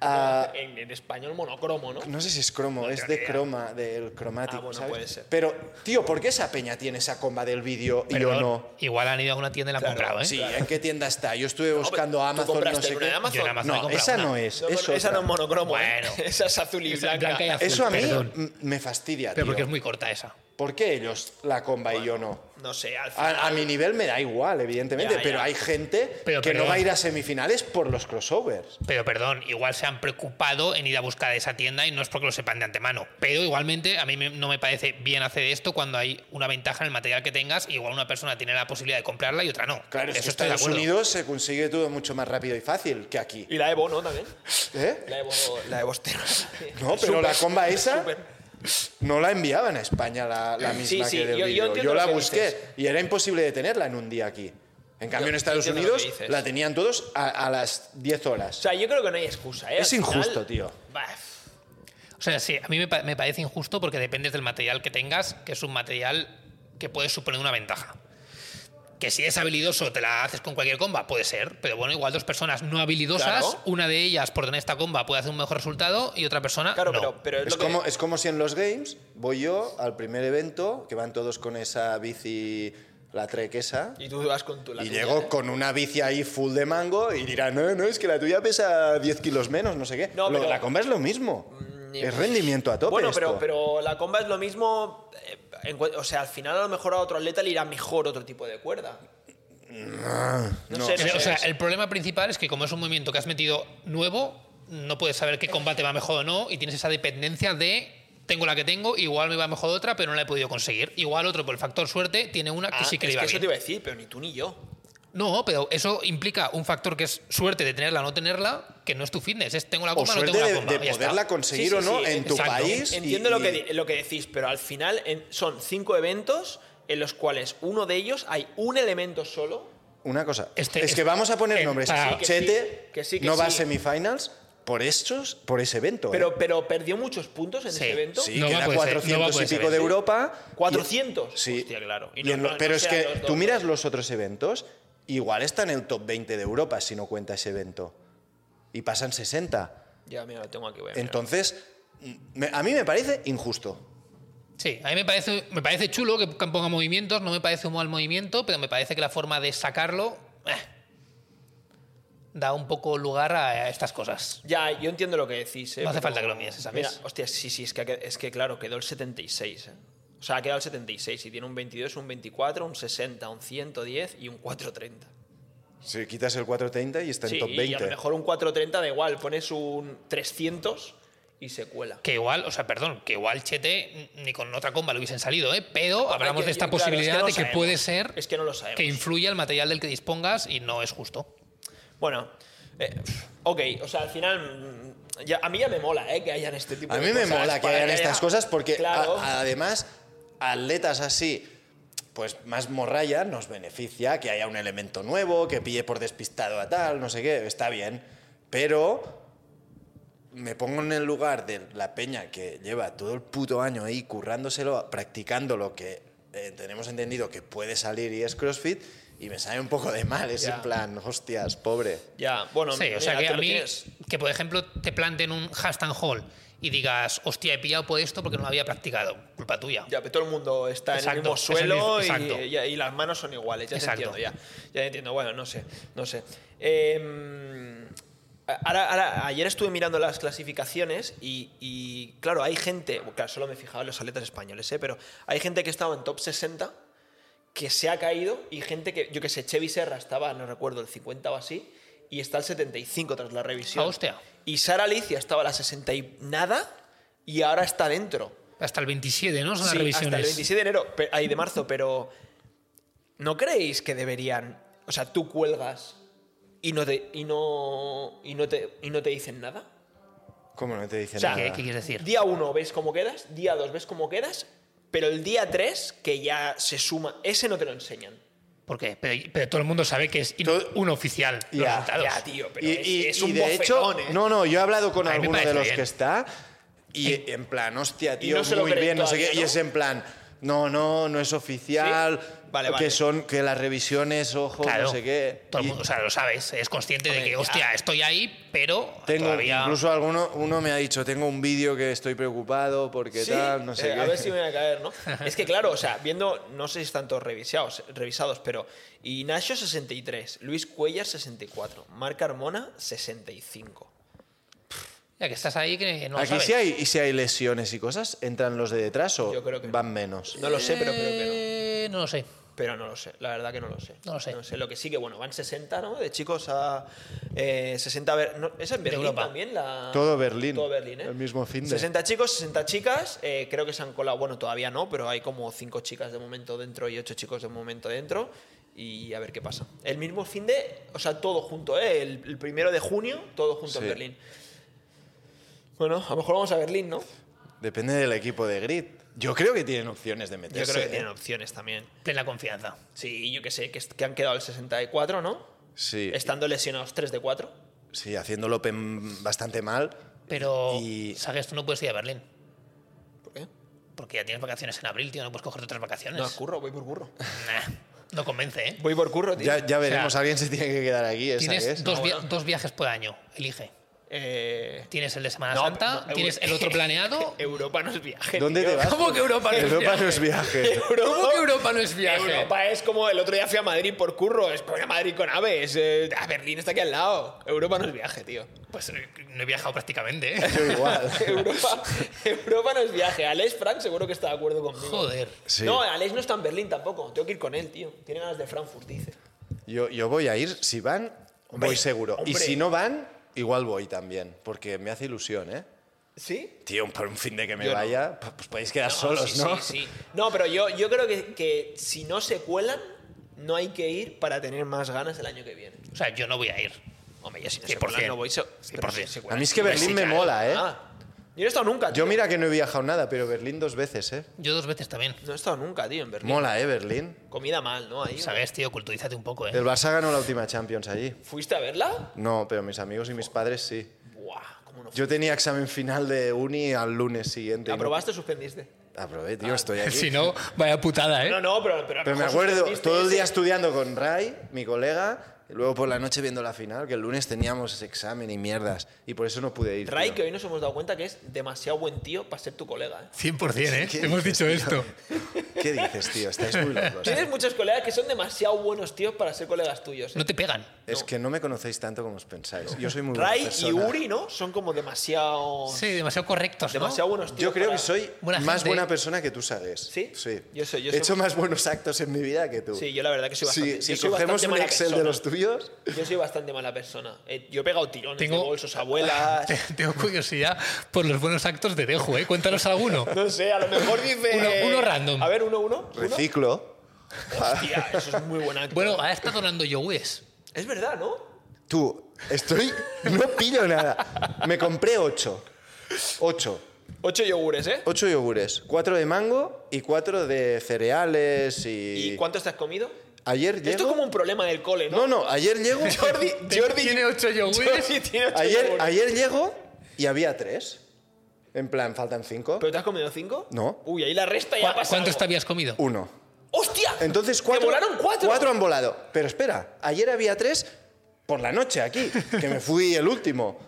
B: Ah,
A: en, en español, monocromo, ¿no?
B: no sé si es cromo, es de croma, del cromático.
A: Ah, bueno,
B: ¿sabes?
A: puede ser.
B: Pero, tío, ¿por qué esa peña tiene esa comba del vídeo y yo
C: Perdón,
B: no?
C: Igual han ido a una tienda y la han comprado, ¿eh?
B: Sí, ¿en qué tienda está? Yo estuve buscando
A: Hombre, ¿tú
B: Amazon, no
A: compraste
B: sé
A: una de
B: qué.
A: Amazon?
C: Yo en Amazon he
B: No,
C: comprado
B: esa
C: una.
B: no es.
A: No,
B: es
A: bueno, esa
B: otra.
A: no es monocromo, ¿eh?
C: Bueno.
A: Esa es azul y
C: Esa
A: blanca.
C: blanca y azul.
B: Eso a mí
C: Perdón.
B: m- me fastidia,
C: Pero
B: tío.
C: porque es muy corta esa.
B: ¿Por qué ellos la comba y yo no?
A: No sé, al final.
B: A, a mi nivel me da igual, evidentemente,
A: Ya, ya.
B: pero hay gente
C: Pero,
B: que
C: pero-
B: no va a ir a semifinales por los crossovers.
C: Pero perdón, igual se han preocupado en ir a buscar esa tienda y no es porque lo sepan de antemano. Pero igualmente a mí me- no me parece bien hacer esto cuando hay una ventaja en el material que tengas. Igual una persona tiene la posibilidad de comprarla y otra no.
B: Claro, es
C: Eso
B: que en
C: estoy de
B: Estados
C: acuerdo.
B: Unidos se consigue todo mucho más rápido y fácil que aquí.
A: Y la Evo, ¿no? También.
B: ¿Eh?
A: La Evo, la Evo este Stereo.
B: No, pero la comba esa-
A: Súper.
B: No la enviaban a España la, la misma
A: Sí, sí,
B: que del
A: yo- yo
B: vídeo.
A: entiendo
B: Yo la
A: lo que
B: busqué
A: dices.
B: y era imposible de tenerla en un día aquí. En cambio,
A: Yo-
B: en
A: yo
B: Estados
A: entiendo lo que
B: Unidos
A: dices.
B: la tenían todos a, a las 10
A: O
B: horas.
A: sea, yo creo que no hay excusa, ¿eh?
B: Es
A: Al final-
B: injusto, tío.
A: Bah,
C: O sea, sí, a mí me, pa- me parece injusto porque dependes del material que tengas, que es un material que puede suponer una ventaja. Que si es habilidoso te la haces con cualquier comba, puede ser, pero bueno, igual dos personas no habilidosas,
A: Claro.
C: una de ellas por tener esta comba puede hacer un mejor resultado y otra persona
A: Claro,
C: no.
A: pero, pero es,
B: Es
A: lo que-
B: como, es como si en los games voy yo al primer evento, que van todos con esa bici, la trek esa,
A: Y tú vas con tu... la
B: y
A: tuya,
B: llego
A: ¿eh?
B: con una bici ahí full de mango y dirán, no, no, es que la tuya pesa 10 kilos menos, no sé qué.
A: No,
B: Lo-
A: pero-
B: la comba es lo mismo.
A: Mm,
B: es
A: pues-
B: rendimiento a tope
A: Bueno,
B: esto.
A: pero, pero la comba es lo mismo... eh, en cu- o sea, al final a lo mejor a otro atleta le irá mejor otro tipo de cuerda. No,
B: Mm, ah, no.
A: sé, no
C: Pero, o
A: sé.
C: sea, el problema principal es que como es un movimiento que has metido nuevo, no puedes saber qué combate va mejor o no y tienes esa dependencia de tengo la que tengo, igual me va mejor otra, pero no la he podido conseguir. Igual otro por el factor suerte tiene una que
A: Ah,
C: sí que
A: es
C: le va
A: que eso
C: bien.
A: te iba a decir, pero ni tú ni yo.
C: No, pero eso implica un factor que es suerte de tenerla o no tenerla, que no es tu fitness, es tengo la
B: o
C: comba o no
B: suerte
C: tengo
B: de,
C: la comba.
B: de
C: ya está.
B: poderla conseguir
A: Sí,
B: o
A: sí,
B: no
A: sí,
B: en tu
A: exacto.
B: país. y-
A: Entiendo lo,
B: y-
A: que, di- lo que decís, pero al final en- son cinco eventos en los cuales uno de ellos hay un elemento solo.
B: Una cosa.
C: Este-
B: es que
C: este-
B: vamos a poner
C: eh,
B: nombres.
C: para- Sí,
A: que
B: Chete
A: sí, que sí, que
B: no va a
A: sí.
B: semifinals por estos, por ese evento. ¿eh?
A: Pero, pero perdió muchos puntos en
C: Sí.
A: ese evento.
B: sí,
C: No va
B: queda
C: a poder ser,
B: 400
C: no va a poder
B: y pico
C: ser, ¿eh?
B: de
C: sí.
B: Europa. y-
A: 400.
B: Sí.
A: Hostia, claro. Y
B: Y
A: no-
B: en lo-
A: no- no
B: pero es
A: sean
B: que
A: los dos,
B: tú
A: ¿no?
B: miras los otros eventos, igual está en el top 20 de Europa si no cuenta ese evento. Y pasan 60.
A: Ya, mira, lo tengo aquí. voy a mirar.
B: Entonces, me- a mí me parece injusto.
C: Sí, a mí me parece, me parece chulo que ponga movimientos, no me parece un mal movimiento, pero me parece que la forma de sacarlo eh, da un poco lugar a, a estas cosas.
A: Ya, yo entiendo lo que decís. ¿eh?
C: No hace
A: Pero-
C: falta que lo mires, ¿sabes?
A: Mira, hostia, sí, sí, es que, es que claro, quedó el 76. ¿eh? O sea, ha quedado el 76 y tiene un 22, un 24, un 60, un 110 y un 430.
B: Si quitas el 430 y está en
A: Sí,
B: top
A: y a
B: 20.
A: lo mejor un 430 da igual, pones un 300 y se cuela.
C: Que igual, o sea, perdón, que igual Chete ni con otra comba lo hubiesen salido, ¿eh? Pero hablamos
A: Hay que-
C: de esta
A: claro, es que
C: posibilidad
A: no
C: de que
A: sabemos.
C: puede ser
A: Es que no lo
C: que
A: sabemos.
C: influya el material del que dispongas y no es justo.
A: Bueno, eh, ok, o sea, al final. mm, ya- a mí ya me mola, ¿eh? Que hayan este tipo
B: A
A: de
B: mí me
A: cosas,
B: mola que
A: para
B: hagan
A: haya-
B: estas cosas porque a-
A: Claro.
B: a- además atletas así, pues más morralla, nos beneficia que haya un elemento nuevo, que pille por despistado a tal, no sé qué, está bien. Pero me pongo en el lugar de la peña que lleva todo el puto año ahí currándoselo, practicando lo que eh, tenemos entendido que puede salir y es CrossFit, y me sale un poco de mal, es
A: Ya.
B: en plan, hostias, pobre.
A: Ya, bueno,
C: Sí, o sea,
A: mira,
C: que
A: tú
C: a
A: lo
C: mí,
A: tienes.
C: que por ejemplo te planten un hashtag haul y digas, hostia, he pillado por esto porque no lo había practicado, culpa tuya.
A: Ya, pero todo el mundo está en el
C: Exacto,
A: mismo
C: es el
A: suelo
C: mismo-
A: y-
C: exacto.
A: y, y las manos son iguales. Ya te
C: Exacto.
A: entiendo, ya. Ya te entiendo. Bueno, no sé, no sé. Eh, ahora, ahora, ayer estuve mirando las clasificaciones y, y, claro, hay gente, claro, solo me he fijado en los atletas españoles, ¿eh? pero hay gente que estaba en top 60 que se ha caído y gente que, yo que sé, Chevy Serra estaba, no recuerdo, el 50 o así, y está el 75 tras la revisión.
C: Ah, hostia.
A: Y Sara Alicia estaba a la 60 y nada y ahora está dentro.
C: Hasta el 27, ¿no? Son las
A: Sí,
C: revisiones.
A: Hasta el 27 de enero, pe- ay, de marzo, pero ¿no creéis que deberían? O sea, tú cuelgas y no te, y no, y no te, y no te dicen nada.
B: ¿Cómo no te dicen
A: O sea,
C: ¿Qué,
B: nada?
C: qué quieres decir?
A: Día 1 ves cómo quedas, día 2 ves cómo quedas, pero el día 3, que ya se suma, ese no te lo enseñan.
C: ¿Por qué? Pero, pero todo el mundo sabe que es in-
B: Todo-
C: un oficial. los
B: Ya,
C: resultados.
A: Ya, tío, pero
B: y,
A: es,
B: y-
A: es
B: y
A: un
B: de hecho,
A: bofetón, ¿eh?
B: no, no, yo he hablado con
C: A mí me
B: alguno de
C: parece
B: los
C: bien.
B: que está y en plan, hostia, tío,
A: no se lo
B: muy
A: creen
B: bien, no sé qué,
A: todavía,
B: y
A: ¿no?
B: es en plan, no, no, no es oficial,
A: ¿Sí? Vale,
B: que
A: vale.
B: son que las revisiones, ojo,
A: pues
C: Claro.
B: no sé qué.
C: Todo el
B: Y
C: mundo, o sea, lo sabes, es consciente de
A: Hombre,
C: que,
A: ya.
C: hostia, estoy ahí, pero
B: tengo
C: todavía...
B: incluso alguno uno me ha dicho, tengo un vídeo que estoy preocupado porque
A: Sí,
B: tal, no sé
A: eh,
B: qué.
A: A ver si me van a caer, ¿no? es que claro, o sea, viendo, no sé si están todos revisados, revisados, pero Ignacio 63, Luis Cuellar 64, Marc Carmona 65.
C: Ya que estás ahí, que no lo
B: Aquí
C: sabes.
B: si hay, y si hay lesiones y cosas, ¿entran los de detrás o
A: Yo creo que
B: van menos?
A: No lo sé, pero creo que no.
C: Eh, no lo sé.
A: Pero no lo sé, la verdad que no lo sé.
C: No lo sé.
A: Lo que sí que, bueno, van 60, ¿no? De chicos a eh, 60... ver- no, ¿Es en Berlín
C: Europa.
A: también? La...
B: Todo Berlín,
A: Todo Berlín, ¿eh?
B: el mismo fin de-
A: 60 chicos, 60 chicas. eh, creo que se han colado, bueno, todavía no, pero hay como 5 chicas de momento dentro y 8 chicos de momento dentro. Y a ver qué pasa. El mismo fin de, o sea, todo junto, ¿eh? El, el primero de junio, todo junto
B: Sí.
A: en Berlín. Bueno, a lo mejor vamos a Berlín, ¿no?
B: Depende del equipo de Grid. Yo creo que tienen opciones de
A: Yo
B: meterse.
A: creo que
B: ¿eh?
A: tienen opciones también.
C: Plena confianza.
A: Sí, yo qué sé, que, est- que han quedado el 64, ¿no?
B: Sí.
A: Estando lesionados 3 de 4.
B: Sí, haciendo el Open bastante mal.
C: Pero,
B: Y-
C: ¿sabes? Tú no puedes ir a Berlín.
A: ¿Por qué?
C: Porque ya tienes vacaciones en abril, tío. No puedes cogerte otras vacaciones.
A: No, curro, voy por curro.
C: Nah, no convence, ¿eh?
A: Voy por curro, tío.
B: Ya, ya veremos,
C: O sea,
B: alguien se tiene que quedar aquí, esa
C: Tienes
B: es.
C: dos,
A: No,
C: via-
A: bueno.
C: dos viajes por año. Elige.
A: Eh,
C: Tienes el de Semana
A: No,
C: Santa,
A: no,
C: tienes
A: eh,
C: el otro planeado.
A: Europa no es viaje.
B: ¿Dónde
A: tío.
B: te vas?
C: ¿Cómo que Europa no es
B: Europa
C: viaje?
B: no es viaje.
C: ¿Cómo que Europa no es viaje?
A: Europa es como el otro día fui a Madrid por curro, es como ir a Madrid con aves, eh, a Berlín está aquí al lado. Europa no es viaje, tío.
C: Pues eh, no he viajado prácticamente, ¿eh?
B: Yo igual.
A: Europa, Europa no es viaje. Alex Frank seguro que está de acuerdo conmigo.
C: Joder.
B: Sí.
A: No, Alex no está en Berlín tampoco. Tengo que ir con él, tío. Tiene ganas de Frankfurt, dice.
B: Yo, yo voy a ir, si van,
A: Hombre,
B: voy seguro. Y
A: hombre.
B: si no van, igual voy también, porque me hace ilusión, ¿eh?
A: ¿Sí?
B: Tío, por un fin de que me
A: Yo no.
B: vaya, p- pues podéis quedar solos,
A: sí,
B: ¿no?
A: Sí, sí. No, pero yo, yo creo que, que si no se cuelan, no hay que ir para tener más ganas el año que viene.
C: O sea, yo no voy a ir.
A: Hombre, yo si no se
C: 100%.
A: cuelan no voy. se- pero si
C: 100%.
A: se
B: A
A: cuelan,
B: mí es que
A: tío,
B: Berlín
A: sí,
B: me
A: claro.
B: mola, ¿eh?
A: Ah, yo no he estado nunca, tío.
B: Yo mira que no he viajado nada, pero Berlín dos veces, ¿eh?
C: Yo dos veces también.
A: No he estado nunca, tío, en Berlín.
B: Mola, ¿eh, Berlín?
A: Comida mal, ¿no? Ahí,
C: ¿Sabes, tío? Culturízate un poco, ¿eh?
B: El Barça ganó la última Champions allí.
A: ¿Fuiste a verla?
B: No, pero mis amigos y mis padres sí.
A: Buah, cómo no.
B: Yo tenía examen final de uni al lunes siguiente. y no-
A: ¿Aprobaste Ah, o suspendiste?
B: Aprobé, tío, estoy aquí.
C: Si no, vaya putada, ¿eh?
A: No, no, pero... Pero, a lo
B: Pero me
A: mejor
B: acuerdo,
A: suspendiste
B: todo el día
A: ese.
B: estudiando con Ray, mi colega, y luego por la noche viendo la final, que el lunes teníamos ese examen y mierdas, y por eso no pude ir.
A: Ray, que
B: tío.
A: hoy nos hemos dado cuenta que es demasiado buen tío para ser tu colega. ¿eh?
C: 100%, ¿eh?
B: ¿Qué
C: Hemos dicho
B: dices,
C: esto.
B: ¿Qué dices, tío? Estáis muy locos. ¿eh?
A: Tienes muchos colegas que son demasiado buenos tíos para ser colegas tuyos. ¿eh?
C: No te pegan.
B: Es que no me conocéis tanto como os pensáis. Yo soy muy buena
A: Ray y
B: persona.
A: Uri, ¿no? Son como demasiado...
C: Sí, demasiado correctos, ¿no?
A: Demasiado buenos tíos
B: Yo creo
A: para-
B: que soy
C: Buena
B: más
C: gente,
B: buena
C: ¿eh?
B: persona que tú sabes.
A: ¿Sí?
B: Sí.
A: Yo soy- yo
B: He
A: soy-
B: hecho más buenos actos en mi vida que tú.
A: Sí, yo la verdad que soy
B: Si-
A: bastante... yo
B: si
A: soy
B: cogemos
A: bastante
B: un
A: mala
B: Excel de
A: persona.
B: los tuyos,
A: Yo soy bastante mala persona. Eh, yo he pegado tirones
C: Tengo-
A: de bolsos, a abuelas...
C: Tengo curiosidad por los buenos actos de Dejo, ¿eh? Cuéntanos alguno.
A: No sé, a lo mejor dice...
C: Uno- uno random.
A: A ver, uno, uno. uno.
B: reciclo.
A: Hostia, eso es muy buena. ¿eh?
C: Bueno, ahora está donando yogures.
A: Es verdad, ¿no?
B: Tú, estoy. No pillo nada. Me compré ocho. Ocho.
A: Ocho yogures, ¿eh?
B: Ocho yogures. Cuatro de mango y cuatro de cereales y.
A: ¿Y cuántos te has comido?
B: Ayer llego.
A: Esto es como un problema del cole,
B: No,
A: ¿no?
B: no, ayer llego.
A: Jordi, Jordi
C: Tiene ocho yogures.
A: Jordi tiene ocho
B: ayer,
A: yogures.
B: ayer llego y había tres. En plan, faltan cinco.
A: ¿Pero te has comido cinco?
B: No.
A: Uy, ahí la resta ya
C: ¿Cuá-
A: ha pasado.
C: ¿Cuántos te habías comido?
B: Uno.
A: ¡Hostia!
B: Entonces cuatro.
A: ¡Te volaron cuatro!
B: Cuatro han volado. Pero espera, ayer había tres por la noche aquí, que me fui el último.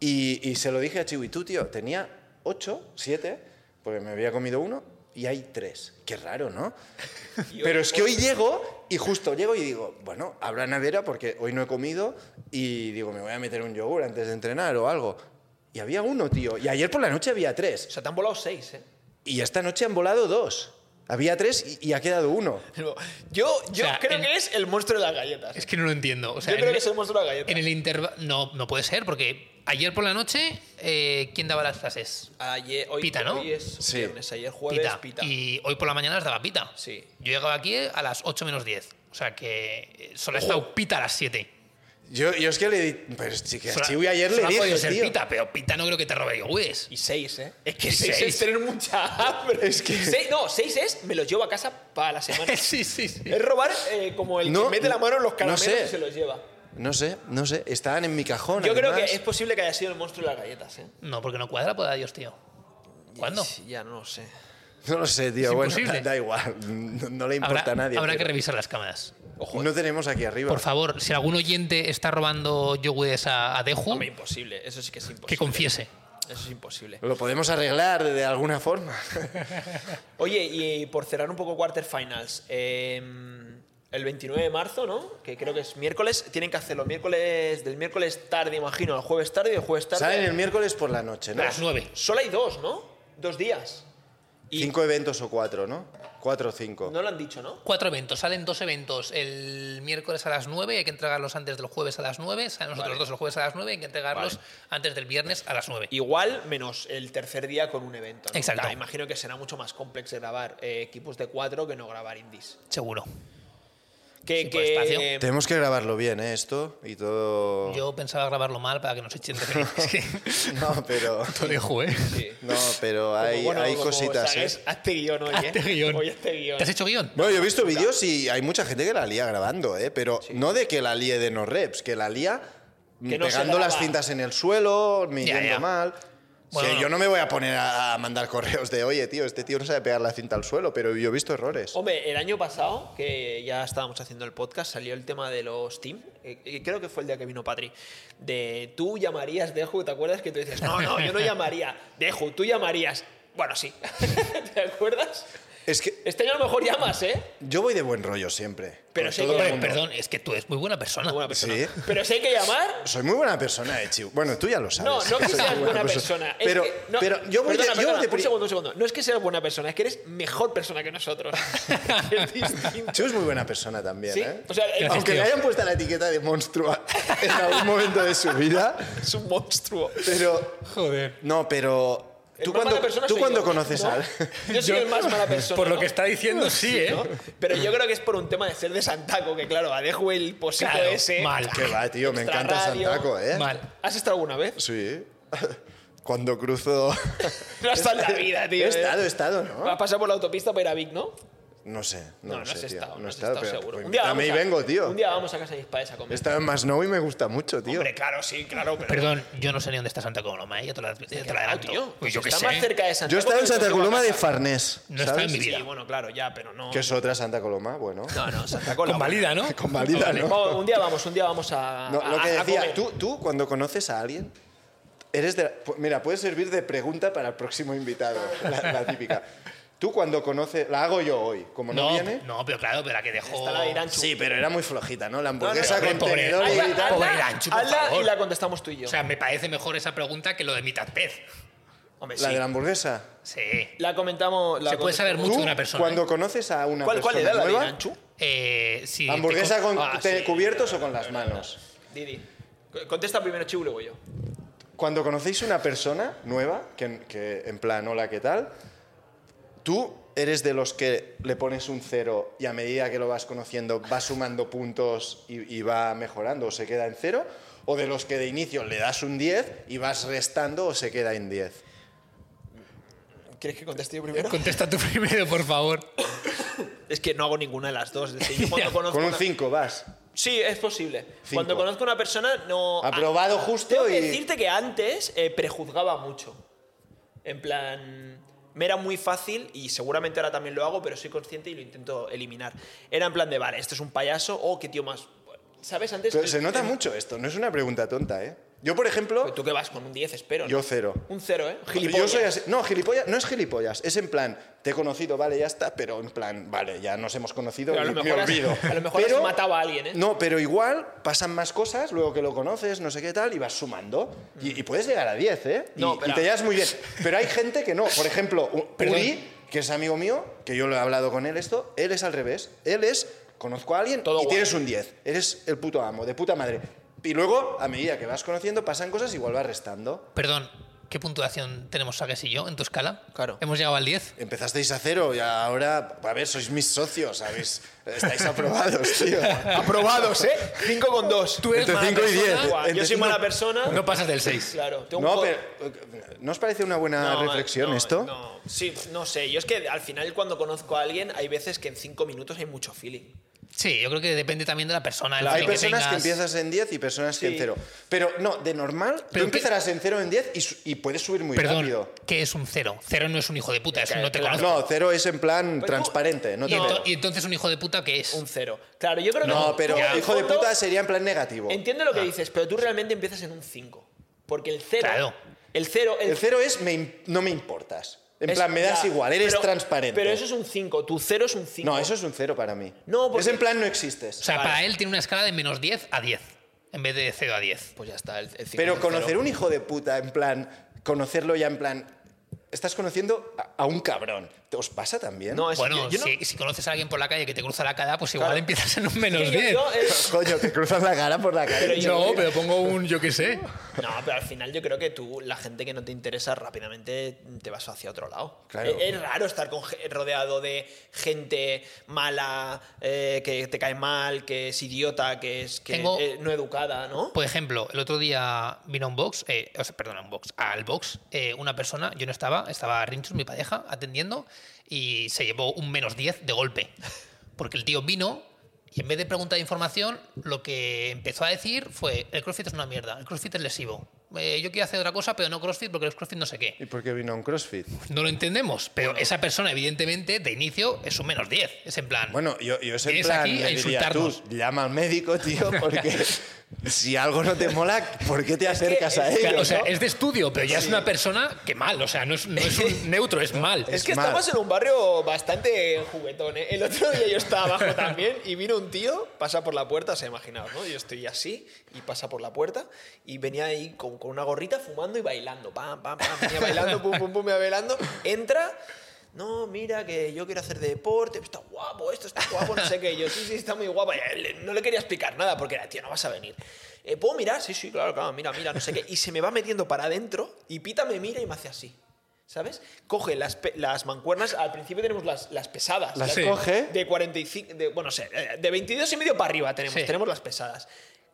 B: Y, y se lo dije a Chiwi, tú, tío, tenía ocho, siete, porque me había comido uno y hay tres. Qué raro, ¿no? Pero es que hoy llego y justo llego y digo, bueno, habrá nevera porque hoy no he comido y digo, me voy a meter un yogur antes de entrenar o algo. Y había uno, tío. Y ayer por la noche había
A: O
B: tres.
A: sea, te han volado seis, ¿eh?
B: Y esta noche han volado dos. Había tres y- y ha quedado uno.
A: Yo, yo
C: sea,
A: creo
C: en-
A: que es el monstruo de las galletas.
C: Es que no lo entiendo. O sea,
A: yo creo
C: en,
A: que es el monstruo de las galletas.
C: en el intervalo. No, no puede ser, porque ayer por la noche, eh, ¿quién daba las clases?
A: Ayer, hoy,
C: Pita, ¿no?
A: hoy es
B: Sí.
A: viernes, ayer jueves, pita.
C: Y hoy por la mañana las daba Pita.
A: Sí.
C: Yo llegaba aquí a las 8 menos 10. O sea que eh, solo he estado Pita a las 7.
B: Yo, yo es que le di. Pues sí, que a
C: Solo-
B: Chiwi ayer
C: solo
B: le
C: ha podido
B: dije,
C: ser
B: tío.
C: Pita, pero Pita no creo que te robe yogures.
A: Y seis, ¿eh? Es que
C: Y
A: seis,
C: seis.
A: es tener mucha hambre.
B: Es que-
A: Seis- no, seis es me los llevo a casa para la semana.
C: sí, sí, sí.
A: es robar eh, como el
B: No,
A: que mete la mano en los
B: no
A: caramelos
B: sé.
A: y se los lleva.
B: No sé, no sé. Estaban en mi cajón.
A: Yo creo que
B: además.
A: es posible que haya sido el monstruo de las galletas, ¿eh?
C: No, porque no cuadra, pues adiós, tío. ¿Cuándo?
A: Ya no sé.
B: No lo sé, tío.
C: Es
B: bueno,
C: imposible.
B: da igual. No, no le importa
C: Habrá,
B: a nadie.
C: habrá que
B: pero
C: revisar las cámaras.
B: No tenemos aquí arriba.
C: Por favor, si algún oyente está robando yogures a, pues, a Deju,
A: Hombre, imposible. Eso sí que es imposible.
C: que confiese.
A: Eso es imposible.
B: Lo podemos arreglar de, de alguna forma.
A: Oye, y por cerrar un poco quarterfinals, eh, el 29 de marzo, ¿no? Que creo que es miércoles, tienen que hacerlo miércoles, del miércoles tarde, imagino, al jueves tarde y el jueves tarde.
B: Salen el miércoles por la noche, ¿no?
C: A las nueve.
A: Solo hay dos, ¿no? Dos días. Y
B: Cinco eventos o cuatro, ¿no? Cuatro o cinco.
A: no lo han dicho, ¿no?
C: Cuatro eventos, salen dos eventos el miércoles a las 9, hay que entregarlos antes del jueves a las 9, salen los otros dos el jueves a las 9, hay que entregarlos antes del viernes a las 9.
A: Igual menos el tercer día con un evento. ¿no?
C: Exacto.
A: Claro, imagino que será mucho más complejo grabar eh, equipos de cuatro que no grabar indies.
C: Seguro.
A: Que,
C: Sí, por
A: que em,
C: espacio.
B: Tenemos que grabarlo bien, ¿eh? Esto y todo.
C: Yo pensaba grabarlo mal para que nos echen de feliz. Es que-
B: No, pero.
C: Te dejo, ¿eh?
A: sí.
B: No, pero hay,
A: Como, bueno,
B: hay
A: como,
B: cositas,
A: ¿sabes?
B: ¿eh?
A: Hazte guión hoy,
C: Hazte
A: ¿eh?
C: este guión.
A: Hoy hazte guión.
C: ¿Te has hecho guión?
B: Bueno, yo he visto vídeos y hay mucha gente que la lía grabando, ¿eh? Pero no de que la líe de no reps, que la lía
A: Que no se
B: pegando las
A: graba.
B: cintas en el suelo, midiendo
C: ya.
B: mal.
C: Bueno,
B: Sí,
C: bueno.
B: Yo no me voy a poner a a mandar correos de, oye, tío, este tío no sabe pegar la cinta al suelo, pero yo he visto errores.
A: Hombre, el año pasado, que ya estábamos haciendo el podcast, salió el tema de los team. eh, y creo que fue el día que vino Patri. De tú llamarías Deju, ¿te acuerdas? Que tú dices, no, no, yo no llamaría. Deju, tú llamarías. Bueno, sí. ¿Te acuerdas?
B: Es que
A: Este año a lo mejor llamas, ¿eh?
B: yo voy de buen rollo siempre.
A: Pero
B: con
A: sí
B: todo
A: que-
B: el
C: Hombre,
B: mundo.
C: perdón, es que tú eres muy buena persona.
A: Buena persona.
B: Sí.
A: Pero si hay que llamar.
B: Soy muy buena persona, eh, Chiu. Bueno, tú ya lo
A: No,
B: sabes.
A: no que
B: Soy
A: seas
B: muy
A: buena persona. es
B: Pero,
A: que- no,
B: pero yo voy
A: perdona,
B: de, yo
A: perdona,
B: de
A: un
B: pri-
A: segundo, un segundo. No es que seas buena persona, es que eres mejor persona que nosotros. es distinto.
B: Chiu es muy buena persona también,
A: Sí,
B: ¿eh?
A: o sea, el-
B: Aunque le
C: tío.
B: hayan puesto la etiqueta de monstruo en algún momento de su vida,
A: Es un monstruo.
B: pero...
C: Joder.
B: No, pero...
A: El
B: ¿Tú
A: más
B: cuando,
A: mala persona
B: tú
A: soy
B: cuando
A: yo,
B: conoces
A: ¿no?
B: a al...
A: Yo soy
C: Yo-
A: el más mala persona.
C: Por lo
A: ¿no?
C: que está diciendo, sí, ¿eh?
A: ¿No? Pero yo creo que es por un tema de ser de Santaco, que claro, adejo el posito
C: Claro,
A: ese.
C: mal.
B: Que va, tío, me
A: Extra
B: encanta
A: radio.
B: Santaco, ¿eh?
C: Mal.
A: ¿Has estado alguna vez?
B: Sí. Cuando cruzo...
A: No has estado en la vida, tío.
B: He
A: ¿eh?
B: estado, he estado,
A: Has
B: ¿no?
A: pasado por la autopista para ir a Vic, ¿no?
B: No sé, no,
A: No,
B: lo
A: no,
B: sé,
A: has
B: tío. no
A: estado. No
B: he
A: has
B: estado,
A: estado,
B: pero...
A: seguro.
B: pues,
A: Un día vamos
B: invítame y
A: a-
B: vengo, tío.
A: Un día vamos a casa de mis padres a
B: He
A: comer.
B: estado en Masnou y me gusta mucho, tío.
A: Hombre, claro, sí, claro. Pero
C: Perdón, yo no sé ni dónde está Santa Coloma, ¿eh? Yo te la, te la
A: Claro,
C: adelanto.
A: tío.
C: Pues yo qué
A: está
C: sé.
A: más cerca de Santaco.
B: ¿eh? Yo he estado en
A: que
B: Santa
A: Santiago
B: Coloma de
A: Casa.
B: Farnés.
C: No está
B: ¿sabes?
C: en mi vida.
A: Sí, bueno, claro, ya, pero no.
B: Que es otra Santa Coloma, bueno.
A: No, no, Santa Coloma.
C: Convalida, ¿no?
B: Convalida, ¿no?
A: Vamos, un día vamos, un día vamos a.
B: No, lo
A: a-
B: que
A: a
B: decía,
A: comer.
B: tú, tú cuando conoces a alguien, eres de... la- pu- Mira, puede servir de pregunta para el próximo invitado, la, la típica. Tú cuando conoces... La hago yo hoy, como no,
C: No,
B: viene...
C: no, pero claro, pero la que dejó.
A: Está la de Irán Chu.
B: Sí, pero era muy flojita, ¿no? La
A: hamburguesa
B: hamburguesa
C: con
B: con
C: tenedor y
A: Hazla-
C: Pobre
A: hazla-
C: Iranchu, por
A: hazla
C: favor.
A: y la contestamos tú y yo.
C: O sea, me parece mejor esa pregunta que lo de mitad pez.
A: Hombre,
B: La
A: sí.
B: de la hamburguesa.
C: Sí.
A: La comentamos. la
C: Se puede
A: comentamos.
C: saber mucho
B: Tú,
C: de una persona.
B: cuando
C: ¿eh?
B: conoces a una
A: ¿Cuál, cuál
B: persona
A: era la de
B: nueva,
A: Iranchu?
C: Eh, sí, te
B: ¿Hamburguesa
C: con-
B: con
C: Ah,
B: te-
C: sí.
B: cubiertos o con las manos?
A: Didi. Co- Contesta primero Chiu y luego yo.
B: Cuando conocéis una persona nueva, que, que en plan, hola, ¿qué tal? Tú eres de los que le pones un cero y a medida que lo vas conociendo va sumando puntos y, y va mejorando o se queda en cero, o de los que de inicio le das un 10 y vas restando o se queda en 10.
A: ¿Quieres que conteste yo primero?
C: Contesta tú primero, por favor.
A: Es que no hago ninguna de las dos. es decir, yo cuando conozco
B: Con un
A: una-
B: 5 vas.
A: Sí, es posible.
B: Cinco.
A: Cuando conozco a una persona, no.
B: Aprobado
A: Ah,
B: justo
A: Tengo que
B: y-
A: decirte que antes eh, prejuzgaba mucho. En plan. Me era muy fácil y seguramente ahora también lo hago, pero soy consciente y lo intento eliminar. Era en plan de, vale, este es un payaso o qué tío más. ¿Sabes? Antes.
B: Pero se nota
A: eh,
B: mucho esto, no es una pregunta tonta, ¿eh? Yo, por ejemplo,
A: Pues Tú que vas con un 10, espero. ¿no?
B: yo cero.
A: Un cero, ¿eh?
B: Yo
A: Gilipollas.
B: soy así. No, gilipollas, no es gilipollas. Es en plan, te he conocido, vale, ya está, pero en plan, vale, ya nos hemos conocido,
A: Pero a lo
B: me-
A: mejor
B: me
A: has-
B: olvido.
A: a lo mejor has matado a alguien, ¿eh?
B: No, pero igual pasan más cosas, luego que lo conoces, no sé qué tal, y vas sumando. Y, y puedes llegar a 10, ¿eh? Y-
A: No,
B: y,
A: pero-
B: te llevas muy bien. Pero hay gente que no. Por ejemplo, un-
C: Perdón.
B: Uri, que es amigo mío, que yo lo he hablado con él esto, él es al revés. Él es, conozco a alguien
A: Todo
B: y
A: guay.
B: tienes un 10. Eres el puto amo, de puta madre. Y luego, a medida que vas conociendo, pasan cosas, igual vas restando.
C: Perdón, ¿Qué puntuación tenemos Sagues y yo en tu escala?
A: Claro.
C: Hemos llegado al 10.
B: Empezasteis a cero y ahora, a ver, sois mis socios, ¿sabéis? Estáis aprobados, tío.
A: Aprobados, ¿eh? 5 con 2. Tú
B: Entre
C: mala
B: 5 y
C: persona.
B: 10.
A: Buah, yo soy mala persona.
C: No pasas del 6.
A: Claro. tengo un
B: No,
A: po-
B: pero ¿no os parece una buena
A: No, eh,
B: reflexión
A: no,
B: esto?
A: no. Sí, no sé. Yo es que al final cuando conozco a alguien hay veces que en 5 minutos hay mucho feeling.
C: Sí, yo creo que depende también de la persona. el
B: Hay
C: feeling
B: personas que,
C: tengas.
B: empiezas en 10 y personas que
A: Sí.
B: en cero. Pero no, de normal, tú
C: Pero que-
B: empezarás en cero en 10 y, su- y puedes subir muy
C: Perdón,
B: rápido.
C: ¿qué es un cero? Cero no es un hijo de puta, es un no te
A: Claro.
C: conozco.
B: No, cero es en plan
A: Pero-
B: transparente, no
C: y,
B: te
C: ento-
B: veo.
C: y entonces un hijo de puta qué es?
A: Un cero. Claro, yo creo que...
B: No, pero
A: como
B: hijo de
A: foto,
B: puta Ah. sería en plan negativo.
A: Entiendo lo que dices, pero tú realmente empiezas en un 5. Porque el cero...
C: Claro.
A: El cero... El,
B: El cero es me im- no me importas. En
A: es-
B: plan, me das
A: ya,
B: igual, eres
A: pero-
B: transparente.
A: Pero eso es un 5. Tu cero es un 5.
B: No, eso es un cero para mí.
A: No, porque-
B: Es en plan no
C: O
B: existes.
C: sea,
A: Vale.
C: para él tiene una escala de menos 10 a 10, en vez de 0 a 10.
A: Pues ya está, el, el cinco es
B: Pero
A: el
B: conocer
A: cero.
B: un hijo de puta, en plan, conocerlo ya en plan. Estás conociendo a, a un cabrón. ¿Te os pasa también?
A: No, es
C: bueno,
A: que Pues yo no-
C: si, si conoces a alguien por la calle que te cruza la cara, pues igual
A: Claro.
C: empiezas en un menos
A: Sí, yo-
C: 10.
A: yo, eh,
B: Coño, te cruzas la cara por la
A: Pero
B: calle.
A: yo-
C: no, pero pongo un, yo qué sé.
A: No, pero al final yo creo que tú, la gente que no te interesa, rápidamente te vas hacia otro lado.
B: Claro.
A: E- Es, raro estar con ge- rodeado de gente mala, eh, que te cae mal, que es idiota, que es que,
C: Tengo-
A: eh, no educada, ¿no?
C: Por ejemplo, el otro día vino a un box, eh, o sea, perdón, a un box, al box, eh, una persona, yo no estaba, estaba Rinchus, mi pareja, atendiendo, y se llevó un menos 10 de golpe. Porque el tío vino y en vez de preguntar información, lo que empezó a decir fue: el crossfit es una mierda, el crossfit es lesivo. Eh, yo quiero hacer otra cosa, pero no crossfit porque el crossfit no sé qué.
B: ¿Y por qué vino a un CrossFit?
C: No lo entendemos, pero esa persona, evidentemente, de inicio es un menos 10. Es en plan.
B: Bueno, yo, yo es en
C: Vienes
B: plan,
C: aquí
B: le
C: a
B: diría, tú
C: insultarnos.
B: llama al médico, tío, porque si algo no te mola, ¿por qué te acercas a
A: es que-
B: ello?
C: Claro, o sea,
A: ¿no?
C: es de estudio, pero ya es una persona que mal, o sea, no es, no es un neutro, es mal.
A: Es que
B: mal.
A: estamos en un barrio bastante juguetón. ¿eh? El otro día yo estaba abajo también y vino un tío, pasa por la puerta, se ha imaginado, ¿no? Yo estoy así y pasa por la puerta y venía ahí con, con una gorrita fumando y bailando. Pam, pam, pam, venía bailando, pum, pum, pum, me bailando. Entra. No, mira, que yo quiero hacer deporte, está guapo, esto está guapo, no sé qué. Yo, sí, sí, está muy guapo. Eh, le- No le quería explicar nada porque era, tío, no vas a venir. Eh, ¿Puedo mirar? Sí, sí, claro, claro, mira, mira, no sé qué. Y se me va metiendo para adentro y Pita me mira y me hace así. ¿Sabes? Coge las, pe- las mancuernas, al principio tenemos las, las pesadas.
B: Las
C: Sí.
B: coge.
A: De 45, de, bueno, no sé, eh, de 22 y medio para arriba tenemos,
C: Sí.
A: tenemos las pesadas.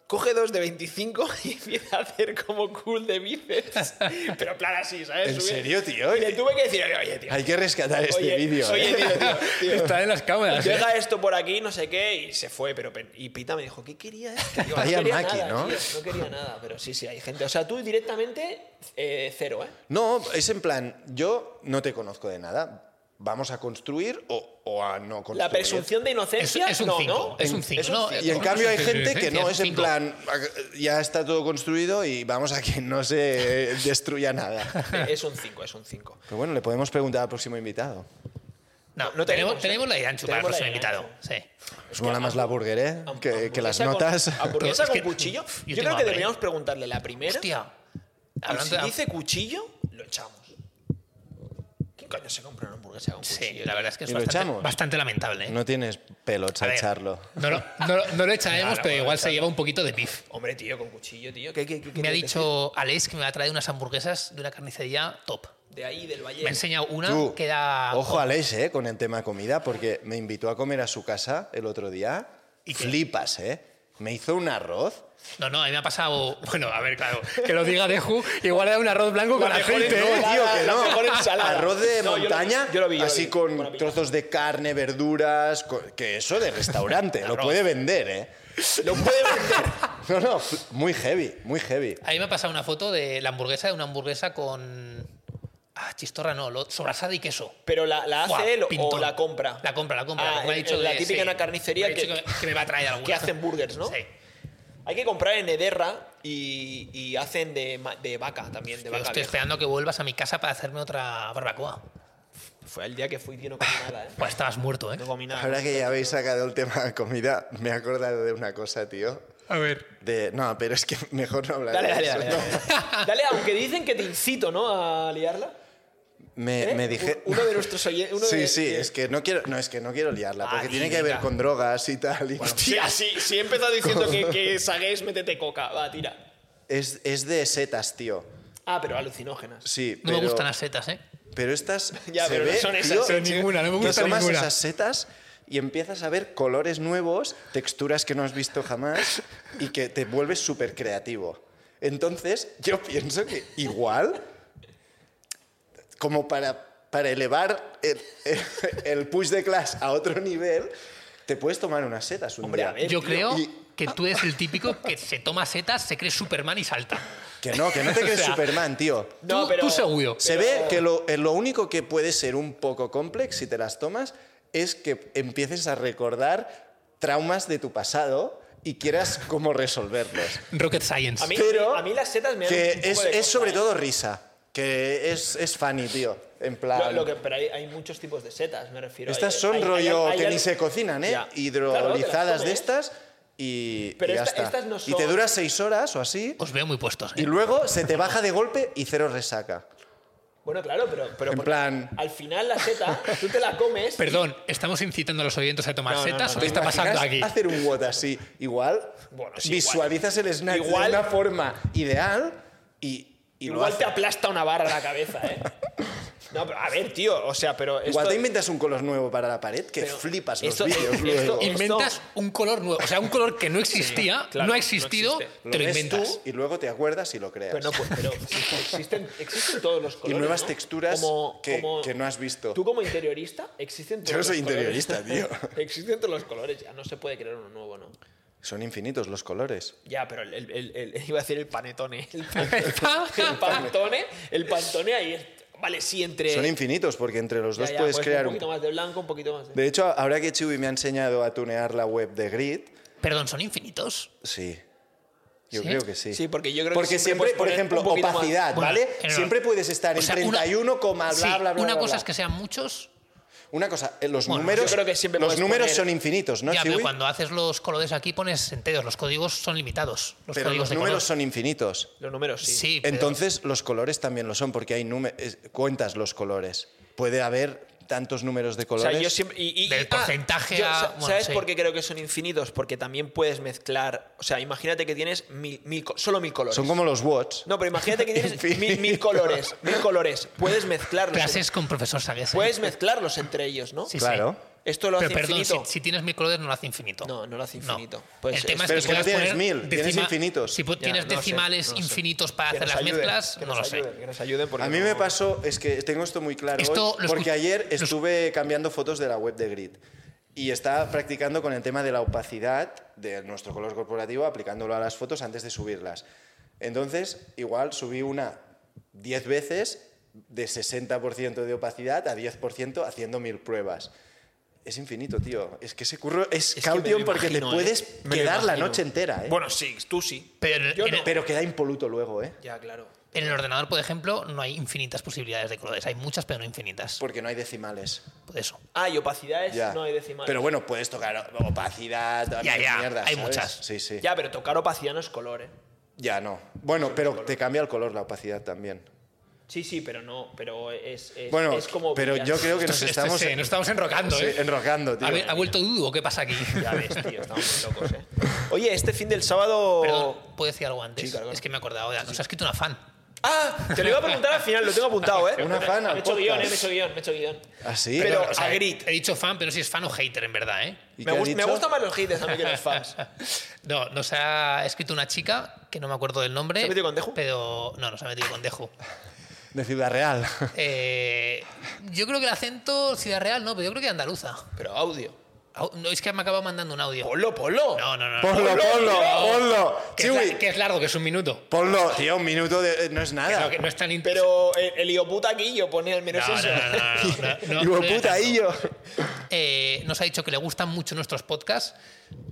A: Coge dos de 25 y empieza a hacer como cool de bíceps. Pero en plan así, ¿sabes?
B: ¿En
A: Sube-
B: serio, tío?
A: Y le tuve que decir, oye, tío.
B: Hay que rescatar este
A: oye,
B: vídeo.
A: Oye,
B: ¿eh?
A: tío, tío, tío,
C: Está en las cámaras. ¿eh?
A: Llega esto por aquí, no sé qué, y se fue. pero pen- Y Pita me dijo, ¿qué quería esto? Yo,
B: Vaya
A: quería
B: maqui,
A: nada,
B: ¿no?
A: tío, no quería nada, pero sí, sí, hay gente. O sea, tú directamente, eh, cero, ¿eh?
B: No, es en plan, yo no te conozco de nada. Vamos a construir o, o a no construir.
A: La presunción de
C: Es,
A: inocencia.
C: es un
A: no,
C: 5.
A: ¿no?
C: Es un 5. No, Eh,
B: Y en
C: no,
B: cambio
C: no
B: hay
C: es
B: gente que
C: inteligencia,
B: no,
C: un
B: es en
C: cinco.
B: plan, "Ah, ya está todo construido y vamos a que no se destruya nada.
A: Es un 5, es un 5.
B: Pero bueno, le podemos preguntar al próximo invitado.
C: No,
A: No, no
C: tenemos,
A: tenemos,
C: tenemos
A: ¿eh?
C: la idea ancho para el
A: Tenemos la
C: próximo
A: idea
C: invitado.
A: ancho.
C: Sí.
B: Os mola más la burger, ¿eh?
A: Ham-
B: Que, que las
A: hamburguesa con-
B: notas.
A: Hamburguesa
C: Es
A: con
C: que-
A: cuchillo.
C: Uf,
A: Yo, creo
C: yo tengo
A: que
C: hambre. ¿eh?
A: deberíamos preguntarle la primera.
C: Hostia.
A: y si
C: Hablando de.
A: dice cuchillo, lo echamos. ¿Quién coño se compra una hamburguesa con
C: Sí,
A: cuchillo?
C: la verdad es que es
B: ¿Y lo
C: bastante,
B: echamos?
C: bastante lamentable. ¿eh?
B: No tienes pelos
C: A
B: a
C: ver,
B: echarlo.
C: No, lo- no lo- no lo echaremos,
A: Claro,
C: pero
A: bueno,
C: igual se lleva un poquito de pif.
A: Hombre, tío, con cuchillo, tío. ¿Qué, qué- qué- qué
C: Me ha
A: te-
C: dicho Alex que me va a traer unas hamburguesas de una carnicería top.
A: De ahí, del Valle.
C: Me ha enseñado una
B: Tú,
C: que da.
B: Ojo a Aleix, ¿eh? Con el tema comida, porque me invitó a comer a su casa el otro día.
C: ¿Y qué?
B: Flipas, ¿eh? Me hizo un arroz.
C: No, no, a mí me ha pasado. Bueno, a ver, claro. Que lo diga Deju, igual era un arroz blanco con
A: mejor
C: aceite.
A: es
C: ¿eh?
A: no,
B: No, tío, que
A: la
B: no.
A: mejor ensalada.
B: Arroz de
A: No, yo lo vi,
B: montaña,
A: yo lo vi, yo lo
B: así
A: vi. Buena
B: con
A: pinta.
B: trozos de carne, verduras, co- que eso de restaurante, lo
C: Arroz.
B: puede vender, ¿eh?
A: Lo puede vender.
B: No, no, fl- muy heavy, muy heavy.
C: A mí me ha pasado una foto de la hamburguesa, de una hamburguesa con. Ah, chistorra no, lo- sobrasada y queso.
A: Pero la, la
C: Buah,
A: hace él o
C: pintón.
A: la compra.
C: La compra, la compra.
A: Ah,
C: porque me ha
A: en-
C: dicho
A: en la
C: de-
A: típica
C: sí.
A: en la carnicería
C: Me ha dicho
A: que-
C: que, que me va a traer alguna.
A: que hacen burgers, ¿no?
C: Sí.
A: Hay que comprar en Ederra y, y hacen de, ma- de vaca también, de
C: Yo
A: vaca
C: estoy
A: vieja.
C: esperando que vuelvas a mi casa para hacerme otra barbacoa.
A: Fue el día que fui, tío, no comí nada, ¿eh?
C: Pues estabas muerto, ¿eh?
A: No comí nada.
B: Ahora que ya habéis sacado el tema de comida, me he acordado de una cosa, tío.
C: A ver.
B: De, no, pero es que mejor no hablar
A: Dale,
B: de
A: dale,
B: eso.
A: dale.
B: ¿no?
A: Dale, Dale, aunque dicen que te incito, ¿no? A liarla.
B: Me,
A: ¿Eh?
B: me dije...
A: Uno de nuestros oyen- uno
B: sí,
A: de-
B: sí,
A: de-
B: es que no quiero, no, es que no quiero liarla,
A: Ah,
B: porque tiene
A: venga.
B: que ver con drogas y tal. y-
A: Tía, sí, sí he empezado diciendo que, que sagues, métete coca. Va, tira.
B: Es, es de setas, tío.
A: Ah, pero alucinógenas.
B: Sí,
C: No
B: pero,
C: me gustan las setas, ¿eh?
B: Pero estas.
A: Ya,
B: se
A: pero no
B: ve,
A: son esas,
B: tío,
A: son
B: que
D: ninguna, no me gusta
B: tomas
D: ninguna.
B: esas setas y empiezas a ver colores nuevos, texturas que no has visto jamás y que te vuelves súper creativo. Entonces, yo pienso que igual, como para, para elevar el, el push de class a otro nivel, te puedes tomar unas setas un
A: Hombre,
B: día.
A: a ver. Eh,
C: Yo
A: tío,
C: creo
B: y-
C: que tú eres el típico que se toma setas, se cree Superman y salta.
B: Que no, que no te
C: O
B: crees
C: sea,
B: Superman, tío.
A: No,
C: tú,
A: pero-
C: tú seguro.
B: Se ve que lo, eh, lo único que puede ser un poco complex si te las tomas es que empieces a recordar traumas de tu pasado y quieras cómo resolverlos.
C: Rocket Science.
A: A mí,
B: Pero
A: a mí las setas me dan un
B: Que
A: poco
B: es,
A: de
B: es
A: cosa,
B: sobre
A: ¿eh?
B: todo risa, que es, es funny, tío. En plan...
A: Lo- lo que- pero hay, hay muchos tipos de setas, me refiero.
B: Estas
A: Hay-
B: son
A: hay- hay-
B: rollo
A: hay- hay
B: que
A: algo-
B: ni se cocinan, ¿eh?
A: Ya. Claro, te las
B: Hidrolizadas
A: comes.
B: de estas y,
A: Pero
B: y ya
A: esta-
B: está.
A: estas no
B: Y te
A: son-
B: dura seis horas o así
C: Os veo muy puestos.
B: y
C: ¿eh?
B: luego se te baja de golpe y cero resaca.
A: Bueno, claro, pero. pero
B: En
A: porque
B: plan-
A: Al final la seta, tú te la comes.
C: Perdón, ¿estamos incitando a los oyentes a tomar
A: No, no,
C: setas
A: no,
C: o
A: no,
C: qué está pasando
B: imaginas
C: aquí?
B: Hacer un WOT así, igual
A: Bueno, sí,
B: visualizas el snack
A: Igual-
B: de una forma ideal y, y lo
A: igual
B: haces.
A: te aplasta una barra a la cabeza, ¿eh? No, pero a ver, tío, o sea, pero.
B: Igual
A: esto-
B: te inventas un color nuevo para la pared que
A: pero
B: flipas
A: esto-
B: los vídeos
A: esto-
B: luego.
A: esto-
C: Inventas un color nuevo, o sea, un color que no existía,
A: claro,
C: no
A: no
C: ha existido,
A: existe.
B: Lo
C: te lo
B: ves tú
C: inventas.
B: y luego te acuerdas y lo creas.
A: Pero no, pues, pero existen, existen todos los colores.
B: nuevas
A: ¿no?
B: texturas que- que no has visto.
A: Tú, como interiorista, existen todos
B: Yo no soy
A: los colores.
B: interiorista, tío.
A: existen todos los colores, ya no se puede crear uno nuevo, ¿no?
B: Son infinitos los colores.
A: Ya, pero el, el- el- el- iba a decir el panetone. El pan- el pantone, el pantone ahí es- Vale, sí, entre.
B: Son infinitos porque entre los
A: Eh, Ya,
B: dos
A: ya,
B: puedes
A: ser
B: crear
A: un
B: un...
A: poquito más de blanco, un poquito más de.
B: De hecho, ahora que Chiwi me ha enseñado a tunear la web de Grid,
C: Perdón, ¿son infinitos?
B: sí. Yo
C: ¿Sí?
B: creo que sí.
A: Sí, porque yo creo que
B: Porque siempre,
A: puedes
B: por
A: poner
B: ejemplo,
A: un poquito más.
B: opacidad,
C: Bueno,
B: ¿vale?
C: en el-
B: Siempre puedes estar
C: O sea,
B: en
C: una-
B: 31, coma,
C: Sí,
B: bla, bla, bla.
C: Una
B: bla,
C: cosa
B: bla.
C: es que sean muchos,
B: Una cosa, eh, los
C: Bueno,
B: números,
A: yo creo que siempre
B: los
A: puedes
B: números
A: poner-
B: son infinitos, ¿no,
C: ya,
B: Chiwi?
C: pero cuando haces los colores aquí pones enteros, los códigos son limitados. Los
B: Pero
C: códigos
B: los
C: de
B: números
C: color.
B: son infinitos.
A: Los números, sí.
C: Sí, pero-
B: Entonces, los colores también lo son, porque hay nume- es- cuentas los colores. Puede haber tantos números de
A: O
B: colores.
A: sea, yo siempre. Y, y-
C: Del
A: ah,
C: porcentaje
A: yo,
C: a-
A: sa-
C: bueno,
A: ¿Sabes
C: sí.
A: por qué creo que son infinitos? Porque también puedes mezclar. O sea, imagínate que tienes mil, mil co- solo mil colores.
B: Son como los watts.
A: No, pero imagínate que tienes
B: Infinito.
A: mil, mil colores. Mil colores. Puedes mezclarlos.
C: clases con profesor Sagues. ¿eh?
B: Pues,
A: Puedes mezclarlos entre ellos, ¿no?
C: Sí, sí.
B: claro.
A: Esto lo hace
C: Pero perdón, si,
A: infinito.
C: si tienes mil colores no lo hace infinito.
A: No, no lo hace infinito. Pues
C: el tema
A: es-
B: Pero
C: es que,
B: es que no
C: puedas
B: tienes
C: poner
B: mil, tienes
C: decima-
B: infinitos.
C: Si pu-
A: Ya, no
C: tienes
A: lo sé,
C: decimales
A: no lo sé.
C: infinitos para
A: Que
C: hacer
A: nos
C: las
A: ayuden,
C: mezclas,
A: que
C: no
A: nos
C: lo sé.
A: ayuden, Que nos ayuden porque
B: A mí
A: no-
B: me pasó, es que tengo esto muy claro,
C: Esto
B: hoy,
C: lo escu-
B: porque ayer
C: lo escu-
B: estuve cambiando fotos de la web de Grid y estaba practicando con el tema de la opacidad de nuestro color corporativo, aplicándolo a las fotos antes de subirlas. Entonces, igual subí una 10 veces de 60% de opacidad a 10% haciendo mil pruebas. Es infinito, tío. Es que ese curro es,
A: Es que me lo
B: caution porque
A: imagino,
B: te
A: ¿eh?
B: puedes
A: Me lo
B: quedar la
A: imagino.
B: noche entera, ¿eh?
A: Bueno, sí, tú sí.
C: Pero
A: Yo
C: en,
A: no.
B: Pero queda impoluto luego, ¿eh?
A: Ya, claro.
C: en el ordenador, por ejemplo, no hay infinitas posibilidades de colores. Hay muchas, pero no infinitas. Por,
B: Porque no hay decimales.
C: eso.
A: Ah, y opacidades
B: Ya.
A: no hay decimales.
B: Pero bueno, puedes tocar opacidad,
C: Ya, ya,
B: mierda,
C: hay
B: ¿sabes?
C: muchas.
B: Sí, sí. Ya.
A: Ya, pero tocar opacidad no es color, ¿eh?
B: no. Bueno, pero te cambia el color la opacidad también.
A: Sí, sí, pero no. Pero es, es-
B: Bueno,
A: es como.
B: pero yo creo que nos
C: Esto- esto
B: estamos
C: sí, este nos estamos enrocando,
B: sí,
C: ¿eh?
B: enrojando, tío.
C: ¿Ha, ve- ha vuelto dudo? ¿Qué pasa aquí?
A: Ya ves, tío, estamos muy locos, ¿eh? Oye, este fin del sábado.
C: Perdón, ¿puedo decir algo antes?
A: Sí, claro, claro.
C: Es que me he acordado de algo. Nos ha escrito una fan.
A: ¡Ah! Te lo iba a preguntar al final, lo tengo apuntado, ¿eh?
B: Una fan
A: Me
B: al
A: he hecho guión, ¿eh? Me he
B: podcast.
A: hecho guión, me he hecho guión.
B: ¿Ah, sí?
A: Pero
B: Perdón,
A: a grit.
C: He dicho fan, pero si es fan o hater, en verdad, ¿eh?
B: ¿y
A: Me,
B: qué ha
A: gus- me
B: dicho?
A: gustan más los haters a mí que los fans.
C: No, nos ha escrito una chica, que no me acuerdo del nombre.
A: ¿Se ha metido con Deju?
C: Pero no, nos ha metido con Deju.
B: De Ciudad Real.
C: Eh, yo creo que el acento Ciudad Real no, pero yo creo que andaluza.
A: Pero audio.
C: Au- No, es que me acaba mandando un audio.
A: Polo, polo.
C: No, no, no. no.
B: Ponlo, ponlo, ponlo.
C: Que, es la-
B: Chiwi,
C: que es largo, que es un minuto.
B: ponlo. Tío, un minuto de- no es
C: Que
B: nada.
C: no, que no es tan in-
A: Pero el, el hijo puta aquí yo pone al menos
C: No, no,
A: eso.
C: no, no, no, no,
B: Hijo
C: no, no,
B: puta,
C: no.
B: ahí yo.
C: Eh, nos ha dicho que le gustan mucho nuestros podcasts,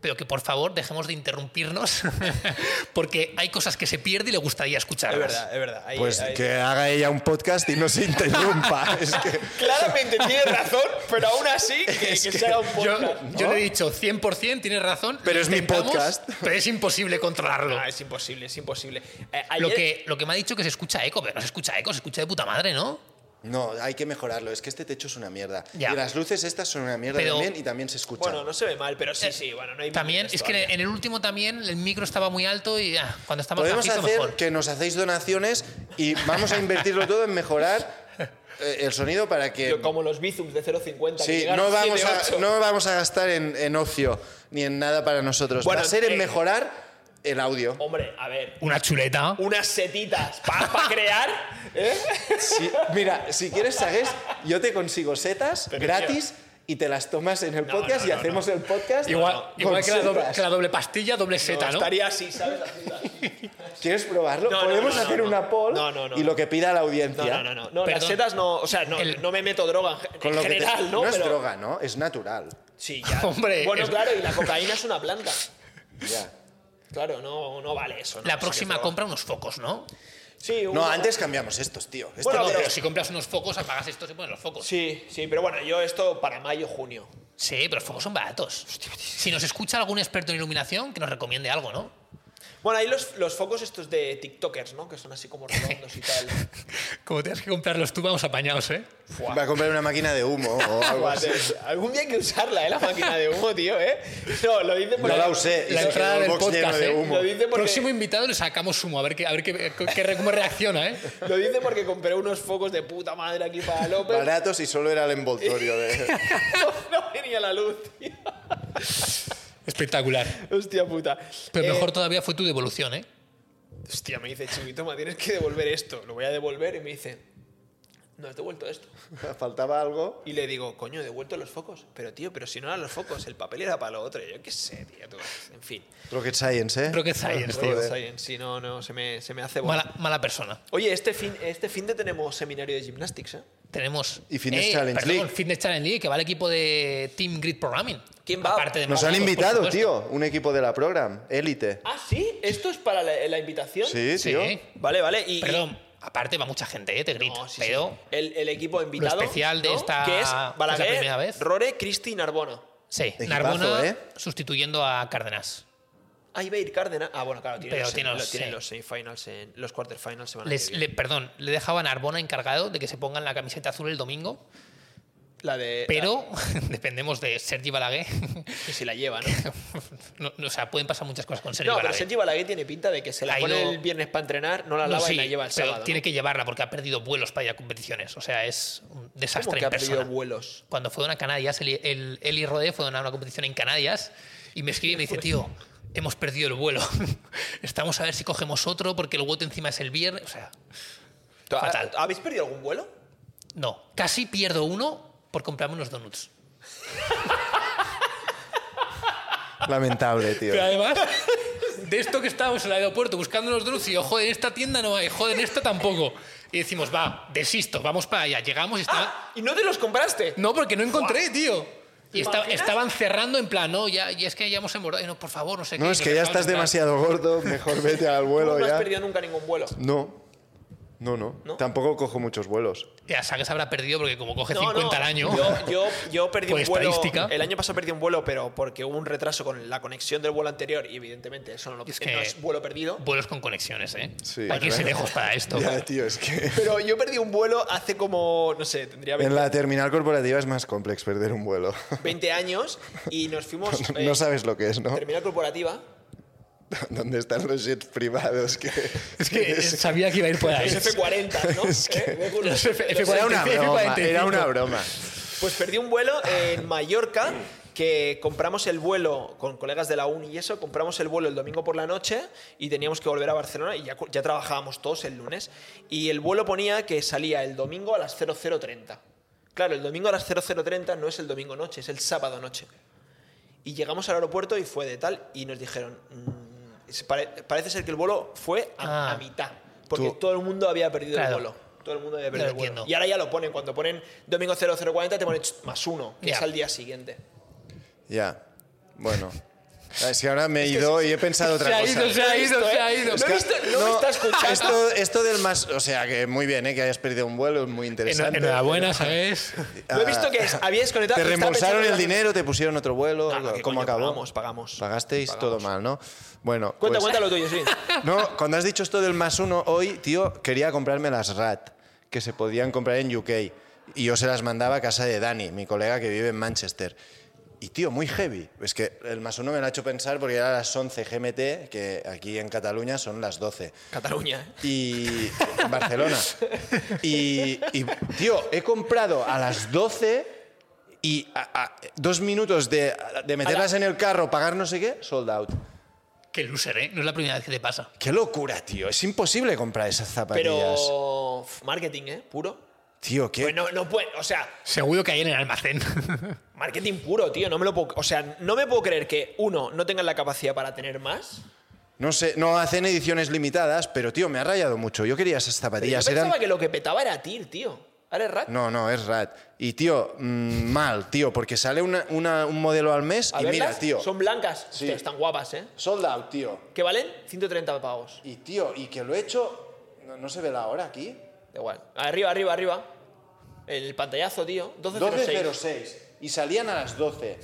C: pero que por favor dejemos de interrumpirnos porque hay cosas que se pierde y le gustaría
A: Es
C: escucharlas.
A: verdad, es verdad. Ahí-
B: Pues
A: ahí-
B: que haga ella un podcast y no se interrumpa. es que...
A: Claramente tiene razón, pero aún así que, que se haga un
C: Yo,
A: podcast.
C: yo
B: ¿No?
C: le he dicho 100%, tienes razón.
B: Pero
C: lo
B: es mi
C: intentamos,
B: podcast.
C: Pero es imposible controlarlo.
A: Ah, es imposible, es imposible. Eh, ayer-
C: Lo que, lo que me ha dicho que se escucha eco, pero no se escucha eco, se escucha de puta madre, ¿no?
B: No, hay que mejorarlo. Es que este techo es una mierda.
C: Ya.
B: Y las luces estas son una mierda
C: Pero-
B: también y también se escuchan.
A: Bueno, no se ve mal, pero sí, sí, bueno, no hay
C: También,
A: márgenes
C: es que
A: todavía.
C: en el último también el micro estaba muy alto y ah, cuando está más
B: Podemos
C: bajito
B: hacer
C: mejor.
B: que nos hacéis donaciones y vamos a invertirlo todo en mejorar eh, el sonido para que
A: Yo Como los Bizums de 0.50. que
B: Sí,
A: llegaron
B: no vamos,
A: 7,8.
B: a, no vamos a gastar en, en ocio ni en nada para nosotros.
A: Bueno,
B: Va a ser en
A: eh, Oh.
B: mejorar el audio.
A: Hombre, a ver,
C: Una chuleta.
A: unas setitas para crear. ¿eh?
B: Si- mira, si quieres, ¿sabes? Yo te consigo setas
A: Pero,
B: gratis y te las tomas en el
A: No,
B: podcast
A: no,
B: y
A: no,
B: hacemos el podcast.
C: Igual,
B: con
C: igual que, la doble,
B: setas.
C: que la doble pastilla, doble seta, ¿no?
A: Estaría así, ¿sabes? Así, así.
B: ¿Quieres probarlo?
A: No, no,
B: Podemos
A: no, no,
B: hacer
A: no.
B: una poll
A: No, no, no,
B: y
A: no.
B: lo que pida la
A: No,
B: audiencia.
A: no, no, no. no las
C: Perdón.
A: setas no, o sea, no,
C: El-
A: no me meto droga en, ge-
B: Con
A: en
B: lo que te-
A: general, ¿no?
B: es
A: Pero-
B: droga, ¿no? Es natural.
A: Sí, ya.
C: Hombre,
A: Bueno,
C: es-
A: claro, y la cocaína es una planta.
B: Ya.
A: Claro, no, no vale eso. ¿no?
C: La
A: Eso que
C: próxima
A: droga.
C: compra unos focos, ¿no?
A: Sí,
B: No,
A: una-
B: antes cambiamos estos, tío. Esto
A: Bueno,
B: no-
C: No,
A: pero-
C: pero si compras unos focos, apagas estos y pones los focos. Sí,
A: Sí, sí, pero bueno, yo esto para mayo, junio.
C: pero los focos son baratos. Si nos escucha algún experto en iluminación, que nos recomiende algo, ¿no?
A: Bueno, hay los, los focos estos de TikTokers, ¿no? Que son así como redondos y tal.
C: Como tengas que comprarlos tú, vamos apañados, ¿eh?
A: Fuá.
B: Va a comprar una máquina de humo o algo así.
A: Guate. Algún día hay que usarla, ¿eh? La máquina de humo, tío, ¿eh? No, lo dice por
B: No
A: ahí.
B: la usé. y
C: la
B: se
C: entrada
B: quedó el
C: del
B: box
C: podcast,
B: lleno de
C: ¿eh?
B: humo.
A: Lo dice porque-
C: Próximo invitado le sacamos sumo, a ver, qué, a ver qué- qué- cómo reacciona, ¿eh?
A: Lo dice porque compré unos focos de puta madre aquí para López.
B: Baratos y solo era el envoltorio. De...
A: no venía la luz, tío.
C: Espectacular.
A: Hostia puta.
C: Pero
A: Eh,
C: mejor todavía fue tu devolución, ¿eh?
A: Hostia, me dice Chivitoma, tienes que devolver esto. Lo voy a devolver y me dice, no has devuelto esto.
B: Faltaba algo.
A: Y le digo, coño, he devuelto los focos. Pero tío, pero si no eran los focos, el papel era para lo otro. Yo qué sé, tío, tú. En fin.
B: Rocket Science, ¿eh?
C: Rocket Science,
A: Tío,
C: tío.
A: Science, Si no, no, se me, se me hace bola.
C: Mala, mala persona.
A: Oye, este fin, este fin de tenemos seminario de gymnastics, ¿eh?
C: Tenemos. eh,
B: Y Fitness Challenge
C: perdón,
B: League.
C: Fitness Challenge League, que va el equipo de Team Grid Programming.
A: ¿Quién va?
C: Aparte de
B: Nos han
C: Mojados, por
B: invitado,
C: supuesto.
B: tío. Un equipo de la program. Élite.
A: Ah, sí, esto es para la, la invitación.
B: Sí,
C: Sí.
B: tío.
A: Vale, vale. Y,
C: Perdón, aparte va mucha gente, ¿eh? Te
A: y-
C: grito.
A: no, sí, sí.
C: pero
A: El, el equipo invitado.
C: especial de
A: ¿no?
C: esta-
A: Que
C: es
A: es
C: la
A: Balaguer,
C: primera vez.
A: Rore, Cristi y Narbona.
C: sí,
B: Equipazo,
C: Narbona
B: ¿eh?
C: sustituyendo a Cárdenas.
A: Ah, iba a ir Cárdenas. Ah, bueno, claro, tiene
C: Pero
A: los,
C: tiene
A: lo-
C: los-
A: tiene
C: sí.
A: los semifinals, en, los quarterfinals semana que
C: Les-
A: viene.
C: le- perdón, le dejaba a Narbona encargado de que se pongan la camiseta azul el domingo,
A: La de.
C: pero dependemos de Sergi Balaguer.
A: la- que se la lleva, ¿no?
C: No, no, o sea, pueden pasar muchas cosas con Sergi
A: No, pero
C: Balaguer.
A: Sergi Balaguer tiene pinta de que se la
C: Ha
A: pone
C: ido-
A: el viernes para entrenar, no la
C: No,
A: lava
C: sí,
A: y la lleva el
C: pero
A: sábado.
C: tiene
A: ¿no?
C: que llevarla porque ha perdido vuelos para ir a competiciones. O sea, es un
A: ¿Cómo
C: desastre
A: que
C: en
A: ha perdido
C: persona.
A: vuelos?
C: Cuando fue a una Canarias, el, el, Eli Rodé fue a una, una competición en Canarias y me escribe y me dice, tío, hemos perdido el vuelo. Estamos a ver si cogemos otro porque el voto encima es el viernes. O sea,
A: ¿Ha-
C: fatal.
A: ¿Habéis perdido algún vuelo?
C: no. Casi pierdo uno por comprarme unos donuts.
B: Lamentable, tío.
C: Pero además, de esto que estábamos en el aeropuerto buscando unos donuts y yo, joder, en esta tienda no hay, joder, en esta tampoco. Y decimos, va, desisto, vamos para allá. Llegamos y estaba...
A: ¡Ah! ¿Y no te los compraste?
C: No, porque no encontré, tío. Y esta-
A: imaginas?
C: estaban cerrando en plan, no, ya, y es que ya hemos engordado. Y no, por favor, no sé qué.
B: No, es
C: Y
B: que
C: nos
B: ya
C: dejaron
B: estás
C: entrar.
B: demasiado gordo. Mejor vete al
A: Tú no
B: vuelo
A: has
B: ya.
A: perdido nunca ningún vuelo.
B: No. No, no,
A: ¿No?
B: Tampoco cojo muchos vuelos.
C: Ya, Sagas habrá perdido porque como coge
A: No,
C: 50
A: no,
C: al año.
A: Yo, yo, yo perdí
C: Por
A: un vuelo.
C: estadística.
A: El año pasado perdí un vuelo, pero porque hubo un retraso con la conexión del vuelo anterior y evidentemente eso no, lo-
C: Es que-
A: no es vuelo perdido.
C: Vuelos con conexiones, ¿eh?
B: Sí,
C: Hay que irse
B: claro.
C: lejos para esto.
B: Ya, tío, es que.
A: Pero yo perdí un vuelo hace como, no sé, tendría 20,
B: En la terminal corporativa es más complejo perder un vuelo.
A: 20 años y nos fuimos eh,
B: No sabes lo que es, ¿no?
A: terminal corporativa.
B: ¿Dónde están los jets privados? Que...
C: Es que Eh, sabía que iba a ir por ahí.
A: Los F40, ¿no? ¿Eh? Luego los-
C: Los F- F45,
B: Era una broma. Era una broma.
A: Pues perdí un vuelo en Mallorca que compramos el vuelo con colegas de la uni y eso, compramos el vuelo el domingo por la noche y teníamos que volver a Barcelona y ya, cu- ya trabajábamos todos el lunes y el vuelo ponía que salía el domingo a las 00.30. Claro, el domingo a las 00.30 no es el domingo noche, es el sábado noche. Y llegamos al aeropuerto y fue de tal y nos dijeron, mm, es- pare- parece ser que el vuelo fue a,
C: Ah.
A: a mitad, porque
B: Tú-
A: todo el mundo había perdido
C: Claro.
A: el vuelo. Todo el mundo había perdido
C: Ya
A: el vuelo.
C: entiendo.
A: Y ahora ya lo ponen, cuando ponen domingo 0040 te ponen ch, más uno, que
C: Ya.
A: es al día siguiente.
B: Ya. Bueno. Ah, Es que ahora me he ido y he pensado otra
C: Se ha
B: cosa.
C: ido, se ha ido, se ha
A: No
C: ido.
A: he visto, no, me está escuchando.
B: Esto, esto del más. O sea, que muy bien, ¿eh? que hayas perdido un vuelo, es muy
C: En-
B: interesante.
C: Enhorabuena, ¿sabes?
A: Lo he visto que había desconectado.
B: ah, Te
A: estaba pensando
B: reembolsaron
A: en
B: el
A: la-
B: dinero, te pusieron otro vuelo.
A: No, no, que
B: ¿Cómo
A: coño,
B: acabó?
A: Pagamos, pagamos.
B: Pagasteis todo mal, ¿no? Bueno.
A: Cuenta,
B: pues-
A: cuenta lo tuyo, sí.
B: No, cuando has dicho esto del más uno, hoy, tío, quería comprarme las RAT. que se podían comprar en UK. Y yo se las mandaba a casa de Dani, mi colega que vive en Manchester. Y tío, muy heavy. Es que el más uno me lo ha hecho pensar porque era las 11 GMT, que aquí en Cataluña son las 12.
A: Cataluña. ¿eh?
B: Y Barcelona. Y, y, tío, he comprado a las 12 y a- a- dos minutos de, de meterlas en el carro, pagar no sé qué, sold out.
C: Qué loser, ¿eh? No es la primera vez que te pasa.
B: Qué locura, tío. Es imposible comprar esas zapatillas.
A: Pero. f- Marketing, ¿eh? Puro.
B: Tío, qué.
A: Pues no, no puede. O sea,
C: Seguro que hay en el almacén.
A: marketing puro, tío. No me lo puedo. O sea, no me puedo creer que, uno, no tengan la capacidad para tener más.
B: No sé, no hacen ediciones limitadas, pero tío, me ha rayado mucho. Yo quería esas
A: Pero yo
B: zapatillas.
A: pensaba
B: Eran...
A: que lo que petaba era TIR, tío. Ahora es rat.
B: No, no, es rat. Y tío, mm, mal, tío, porque sale una- una- un modelo al mes
A: A
B: y mira,
A: verlas,
B: tío.
A: Son blancas.
B: Sí.
A: Hostia, están guapas, ¿eh?
B: Sold out, tío.
A: ¿Qué valen? 130 pavos.
B: Y tío, y que lo he hecho. No, no se ve la hora aquí.
A: Da igual. Arriba, arriba, arriba. El pantallazo, tío. 12.06.
B: 12.06. Y salían a las 12.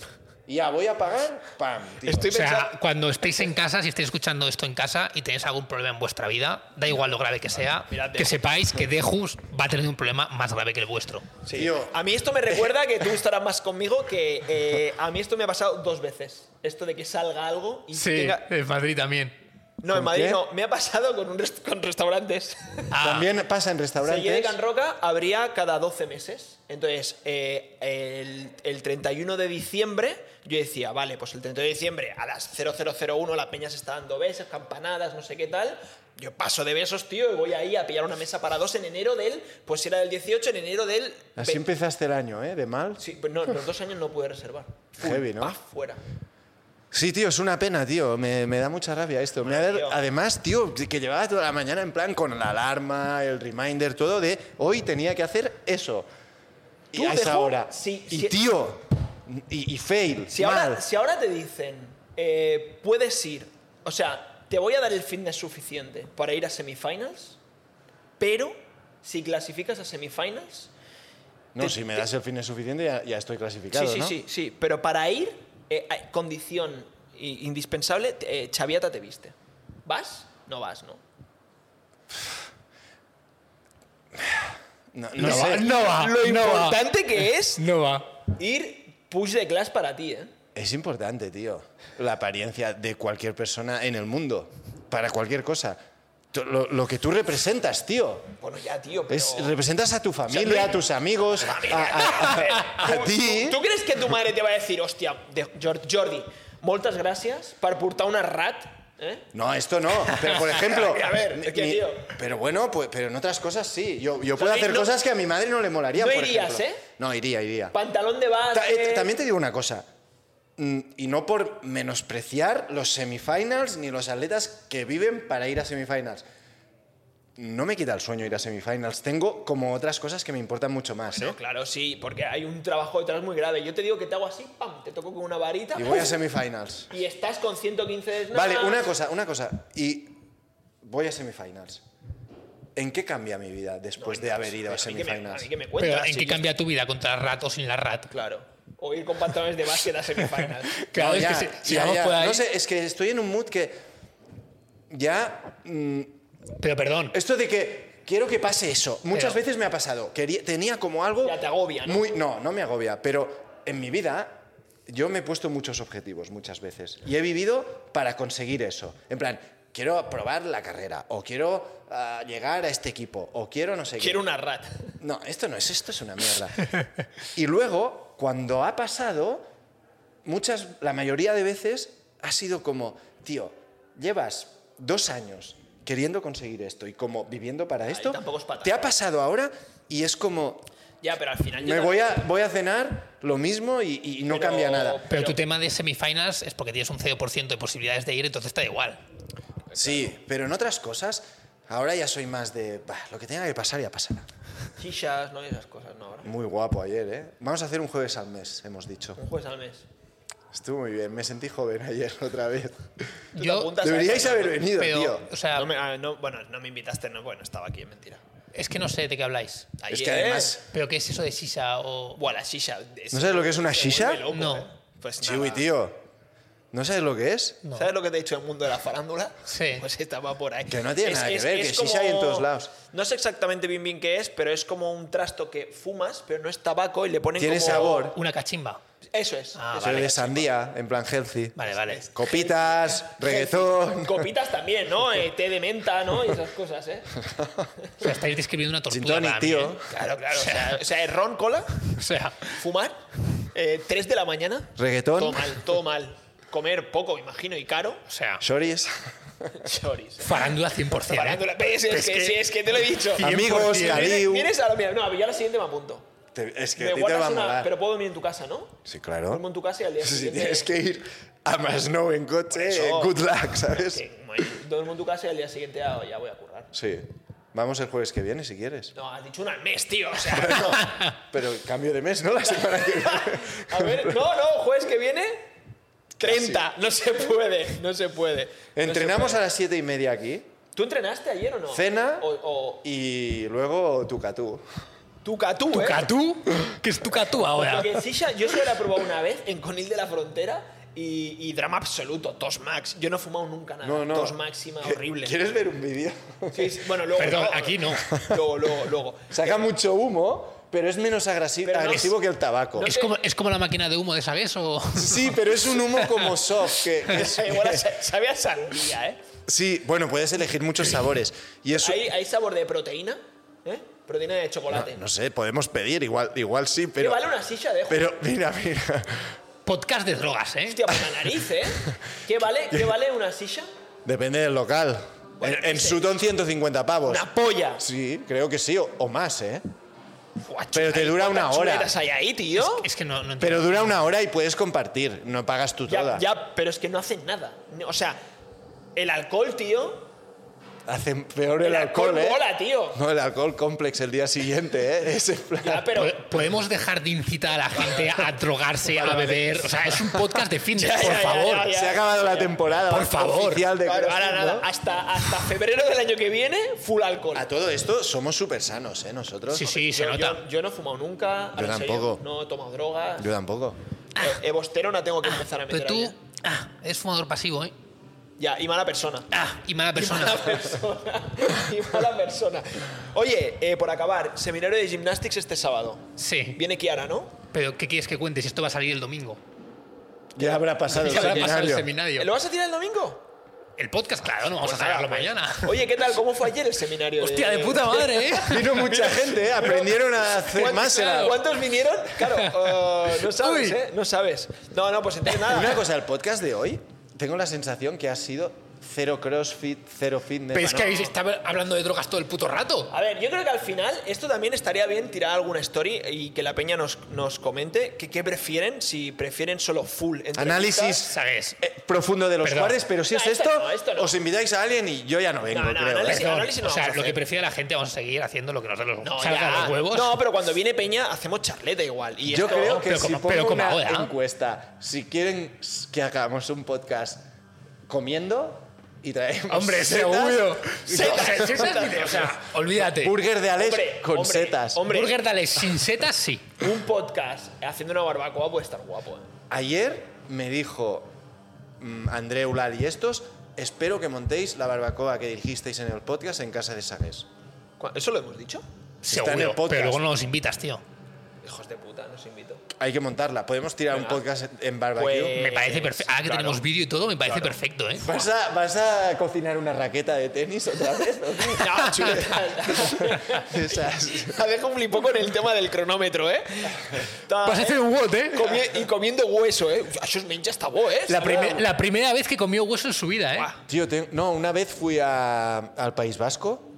B: Y ya voy a pagar, pam, tío.
A: Estoy
C: O sea,
A: pensando.
C: cuando estéis en casa, si estáis escuchando esto en casa y tenéis algún problema en vuestra vida, da igual lo grave que sea,
A: Mirad,
C: que sepáis que Dejus va a tener un problema más grave que el vuestro.
A: Sí.
B: Tío.
A: A mí esto me recuerda que tú estarás más conmigo que eh, a mí esto me ha pasado dos veces. Esto de que salga algo y tenga-
C: en Madrid también.
A: No, en
B: ¿Con
A: Madrid
B: qué?
A: no. Me ha pasado con, un rest- con restaurantes.
C: Ah,
B: También pasa en
A: Seguí de
B: restaurantes.
A: Can Roca abría cada 12 meses. Entonces, eh, el, el 31 de diciembre, yo decía, vale, pues el 31 de diciembre a las 0001 la peña se está dando besos, campanadas, no sé qué tal. Yo paso de besos, tío, y voy ahí a pillar una mesa para dos en enero del. Pues si era del 18, en enero del.
B: Así
A: 20.
B: empezaste el año, ¿eh? De mal.
A: Sí, pues no, los dos años no pude reservar. Pum,
B: Heavy, ¿no?
A: pa, fuera.
B: Sí, tío, es una pena, tío. Me, me da mucha rabia esto. Me ha de-
A: tío.
B: Además, tío, que llevaba toda la mañana en plan con la alarma, el reminder, todo de hoy tenía que hacer eso. Y
A: Tú
B: a esa
A: dejó-
B: hora.
A: sí,
B: y
A: sí.
B: tío, y, y fail,
A: Si
B: mal.
A: ahora, si ahora te dicen, eh, puedes ir, o sea, te voy a dar el fitness suficiente para ir a semifinals, pero si clasificas a semifinals,
B: no,
A: te-
B: si me
A: te-
B: das el fin es suficiente, ya, ya estoy clasificado,
A: sí, sí,
B: ¿no?
A: sí, sí, pero para ir, eh, hay condición i- indispensable, eh, Chaviata te viste. ¿Vas? No vas, ¿no?
B: No, no
C: No
B: sé.
C: va, no va,
A: Lo
C: no va.
A: importante que es
C: No va.
A: ir push de class para ti, ¿eh?
B: Es importante, tío, la apariencia de cualquier persona en el mundo, para cualquier cosa. Tú- Lo, lo que tú representas, tío.
A: Bueno, ya, tío, pero...
B: Es, representas a tu familia,
A: no hay-
B: a tus amigos, a, a- a- a
A: ¿Tú-
B: ti.
A: ¿Tú, tú crees que tu madre te va a decir, hostia, de- Jor- Jordi, moltes gràcies per portar una rat? Eh?
B: No, esto no. Pero por ejemplo.
A: A ver, es que, tío.
B: Pero bueno, pues, pero en otras cosas sí. Yo, yo puedo
A: no-
B: hacer
A: no-
B: cosas que a mi madre no le molaría.
A: No
B: por
A: irías,
B: ejemplo.
A: ¿eh?
B: No, iría, iría.
A: Pantalón de base.
B: Ta- eh, también te digo una cosa. mm, Y no por menospreciar los semifinals ni los atletas que viven para ir a semifinals. No me quita el sueño ir a semifinals. Tengo como otras cosas que me importan mucho más.
A: No,
B: ¿eh?
A: claro, sí, porque hay un trabajo detrás muy grave. Yo te digo que te hago así, pam, te toco con una varita
B: Y voy a
A: ¡pum!
B: semifinals.
A: y estás con 115 de snatch.
B: Vale, una cosa, una cosa. Y voy a semifinals. ¿En qué cambia mi vida después de haber ido a
A: mí que me-
B: semifinals?
A: a mí que me cuentas,
C: Pero ¿en
A: si
C: qué
A: yo-
C: cambia tu vida contra rat o sin la rat?
A: Claro. O ir con pantalones de básquet a semifinals.
C: Claro,
B: No,
C: es
B: ya,
C: que si, si
B: ya,
C: vamos
B: ya.
C: por ahí.
B: No sé, es que estoy en un mood que. Ya. mm,
C: Pero perdón,
B: Esto de que quiero que pase eso. Muchas
C: Pero-
B: veces me ha pasado. Quería, tenía como algo.
A: Ya te agobia, ¿no?
B: Muy, no, no me agobia. Pero en mi vida. Yo me he puesto muchos objetivos muchas veces y he vivido para conseguir eso. En plan, quiero probar la carrera o quiero ah, llegar a este equipo o quiero no sé qué.
A: Quiero una rat.
B: No, esto no es, esto es una mierda. Y luego, cuando ha pasado, muchas, la mayoría de veces ha sido como, tío, llevas dos años queriendo conseguir esto y como viviendo para esto,
A: tampoco es para
B: te ha pasado ahora y es como,
A: Ya, pero al final. yo
B: me
A: también-
B: voy a, voy a cenar lo mismo y, y no
A: Pero-
B: cambia nada.
C: pero, tu
A: pero-
C: tema de semifinals es porque tienes un 0% de posibilidades de ir, entonces te da igual.
B: Sí, pero en otras cosas, ahora ya soy más de, "Bah, lo que tenga que pasar ya pasará.
A: Chichas, no, esas cosas, no ahora.
B: Muy guapo ayer, ¿eh? Vamos a hacer un jueves al mes, hemos dicho.
A: Un juez al mes.
B: Estuvo muy bien, me sentí joven ayer otra vez.
A: Tú te
C: Yo-
A: apuntas a
B: Deberíais
A: eso,
B: haber
A: ¿no?
B: venido,
C: Pero,
B: tío.
C: o sea,
A: No me- ah, no, bueno, no me invitaste, no, bueno, estaba aquí, mentira.
C: es que no sé de qué habláis.
B: Es
A: Ayer-
B: que además,
C: ¿Pero qué es eso de sisa o...?
A: Buah, la shisha.
B: ¿No sabes lo que es una
A: te
B: shisha?
A: vuelve loco,
C: No.
A: ¿eh? Pues
B: Chiwi,
A: nada.
B: tío. ¿No sabes lo que es?
C: No.
A: ¿Sabes lo que te he dicho el mundo de la farándula?
C: Sí.
A: Pues estaba por ahí.
B: Que no tiene nada que ver, que shisha hay en todos lados.
A: No sé exactamente bien bien qué es, pero es como un trasto que fumas, pero no es tabaco y le ponen
B: Tiene
A: como-
B: sabor.
C: Una cachimba.
A: Eso es.
C: Ah,
A: eso
B: Pero
C: vale.
B: de sandía, en plan healthy.
C: Vale, vale.
B: Copitas, reggaetón.
A: Copitas también, ¿no? Eh, té de menta, ¿no? Y esas cosas, ¿eh?
C: O sea, estáis describiendo una tortura.
B: Gin tonic,
C: para mí,
B: tío.
C: ¿eh?
A: Claro, claro. O sea, o sea, es ron, cola,
C: O sea,
A: fumar, eh, 3 de la mañana.
B: Reggaetón.
A: Todo mal, todo mal. Comer poco, me imagino, y caro.
C: o sea,
B: Shoris.
A: Choris.
C: farándula 100%. ¿eh?
A: Farándula. ¿Ves? Es,
C: Es
A: que,
C: que-
A: sí, es que te lo he dicho.
C: Cien-
B: Amigos,
A: Vienes,
B: Caliu.
A: vienes a lo mira, No, ya la siguiente me apunto.
B: Te- es que
A: Me
B: a ti te
A: guardas
B: va a
A: una-
B: molar.
A: Pero puedo venir en tu casa, ¿no?
B: Sí, claro.
A: Duermo en tu casa y al día
B: Si
A: siguiente.
B: tienes que ir a más no en coche,
A: eso.
B: good luck, ¿sabes?
A: Sí, bueno, duermo en tu casa y al día siguiente ya, ya voy a currar.
B: Sí. Vamos el jueves que viene, si quieres.
A: No, has dicho una al mes, tío. O sea,
B: Pero cambio de mes, ¿no? La semana que viene.
A: a ver, no, no, jueves que viene, 30. No se puede, no se puede. No
B: Entrenamos
A: se
B: a las siete y media aquí.
A: puede. ¿Tú entrenaste ayer o no?
B: Cena.
A: O, o
B: Y luego tu catú.
A: Tucatú, ¿eh?
C: ¿Tucatú? ¿Qué es Tucatú ahora?
A: Porque en Sisha yo solo la he probado una vez en Conil de la Frontera y, y drama absoluto, tos max. Yo no he fumado nunca nada.
B: No, no.
A: Tos máxima, horrible.
B: ¿Quieres ver un vídeo?
A: Sí, sí, bueno, luego.
C: Perdón,
A: luego,
C: aquí no.
A: Luego, luego, luego.
B: Saca mucho humo, pero es menos agresi-
A: Pero no-
B: agresivo que el tabaco.
A: no-
C: ¿Es como, ¿Es como la máquina de humo de Sabes o...?
B: Sí, pero es un humo como soft. que- que es-
A: Igual a sa- sabía a sandía, ¿eh?
B: Sí, bueno, puedes elegir muchos sabores. Y eso.
A: ¿Hay, hay sabor de proteína? ¿Eh? Proteína de chocolate.
B: No sé, podemos pedir, igual, igual sí,
A: ¿Qué
B: pero.
A: vale una silla de
B: Pero mira, mira.
C: Podcast de drogas, ¿eh?
A: Hostia, por la nariz, ¿eh? ¿Qué vale, qué vale una silla?
B: Depende del local.
A: Bueno,
B: en en
A: sí.
B: Sutton 150 pavos.
A: Una polla.
B: Pues Sí, creo que sí, o, o más, ¿eh?
A: Guau,
B: Pero te
A: chuleta,
B: dura una
A: ¿cuántas
B: hora.
A: chuletas hay ahí, tío?
C: Es que no, no entiendo.
B: Pero dura una hora y puedes compartir, no pagas tú
A: Ya,
B: toda.
A: ya, pero es que no hacen nada. O sea, el alcohol, tío.
B: Hacen peor el, alcohol, ¿eh?
A: mola, tío.
B: No, el alcohol complex el día siguiente, ¿eh? Ese plan.
A: Ya, pero.
C: Po- ¿Podemos dejar de incitar a la gente a drogarse, a beber? O sea, es un podcast de fitness,
A: Ya, ya,
C: por
A: ya,
C: favor.
A: ya, ya.
B: Se ha acabado la temporada
C: Por favor.
B: oficial de
A: Claro,
B: CrossFit,
A: ahora nada.
B: ¿no?
A: Hasta, hasta febrero del año que viene, full alcohol.
B: A todo esto somos súper sanos, ¿eh? Nosotros.
C: Sí, sí, se
A: yo,
C: nota.
A: yo- yo no he fumado nunca.
B: Yo
A: ahora en serio,
B: tampoco.
A: no he tomado drogas.
B: Yo tampoco.
A: Eh, Evosterona tengo que empezar a meter
C: Pero tú
A: ahí, ¿eh?
C: ah, eres fumador pasivo, ¿eh?
A: Ya, y mala persona.
C: Ah, y mala persona.
A: Mala persona. y mala persona. Oye, eh, por acabar, seminario de gymnastics este sábado.
C: Sí.
A: Viene Kiara, ¿no?
C: Pero ¿qué quieres que cuente si esto va a salir el domingo?
B: Ya habrá pasado el
C: Ya habrá pasado el
B: seminario.
A: ¿Lo
C: seminario.
A: vas a tirar el domingo?
C: El podcast, claro, no vamos
A: Pues
C: a sacarlo
A: nada, pues.
C: mañana.
A: Oye, ¿qué tal? ¿Cómo fue ayer el seminario?
C: Hostia, de puta madre, ¿eh?
B: Vino mucha gente, ¿eh? Aprendieron a hacer
A: ¿Cuántos-
B: más. era-
A: ¿Cuántos vinieron? Claro, eh, no sabes,
C: Uy.
A: ¿eh? No sabes. No, no, pues entonces nada.
B: Una cosa, el podcast de hoy, tengo la sensación que ha sido cero crossfit, cero fitness.
C: Pero es que
B: Bueno,
C: habéis estado hablando de drogas todo el puto rato.
A: A ver, yo creo que al final esto también estaría bien tirar alguna story y que la peña nos, nos comente que qué prefieren, si prefieren solo full. entrevistas.
B: Análisis
C: ¿Sabes?
B: eh, profundo de los
C: Perdón.
B: cuares, pero si
A: No,
B: es
A: esto
B: esto,
A: no, esto no.
B: os invitáis a alguien y yo ya no vengo,
A: No, no,
B: creo. ¿eh?
A: análisis-
C: Perdón,
A: análisis no
C: o sea,
A: vamos a
C: lo que
A: hacer.
C: prefiere la gente, vamos a seguir haciendo lo que nos da los
A: No,
C: salga
A: ya.
C: de los huevos.
A: No, pero cuando viene Peña hacemos charleta igual. Y
B: Yo
A: esto-
B: creo que
C: pero
B: si
C: como-
B: pongo
C: pero como
B: una
C: ahora.
B: encuesta, si quieren que hagamos un podcast comiendo y traemos
C: Hombre,
B: setas,
C: seguro.
A: Setas.
C: Setas, setas, o sea, olvídate.
B: burger de Alex
A: Hombre,
B: con
A: hombre,
B: setas.
A: hombre.
C: Burger de Alex sin setas, sí.
A: un podcast haciendo una barbacoa puede estar guapo. ¿eh?
B: Ayer me dijo mm, Andreu, Lal y estos, espero que montéis la barbacoa que dirigisteis en el podcast en casa de Sagues.
A: Cu- ¿Eso lo hemos dicho?
B: está en el
C: Seguro,
B: podcast.
C: pero luego no los invitas, tío.
A: Hijos de puta, nos invito.
B: Hay que montarla. Podemos tirar
A: Venga.
B: un podcast en- en barbecue.
A: Pues-
C: Me
A: Eh,
C: parece perfecto. Ahora que
A: claro.
C: tenemos vídeo y todo, me parece perfecto, ¿eh?
B: ¿Vas, a, vas a cocinar una raqueta de tenis otra vez?
A: No, chuleta.
B: Esas.
A: La dejo un poco en el tema del cronómetro, ¿eh? Ta-
B: Pues
C: Vas a hacer un WOT, ¿eh?
A: Comi- y comiendo hueso, ¿eh? Uf, Eso es ninja está bo, ¿eh?
C: La, primer- la primera vez que comió hueso en su vida, ¿eh?
A: Buah.
B: Tío, te- no, una vez fui a- al País Vasco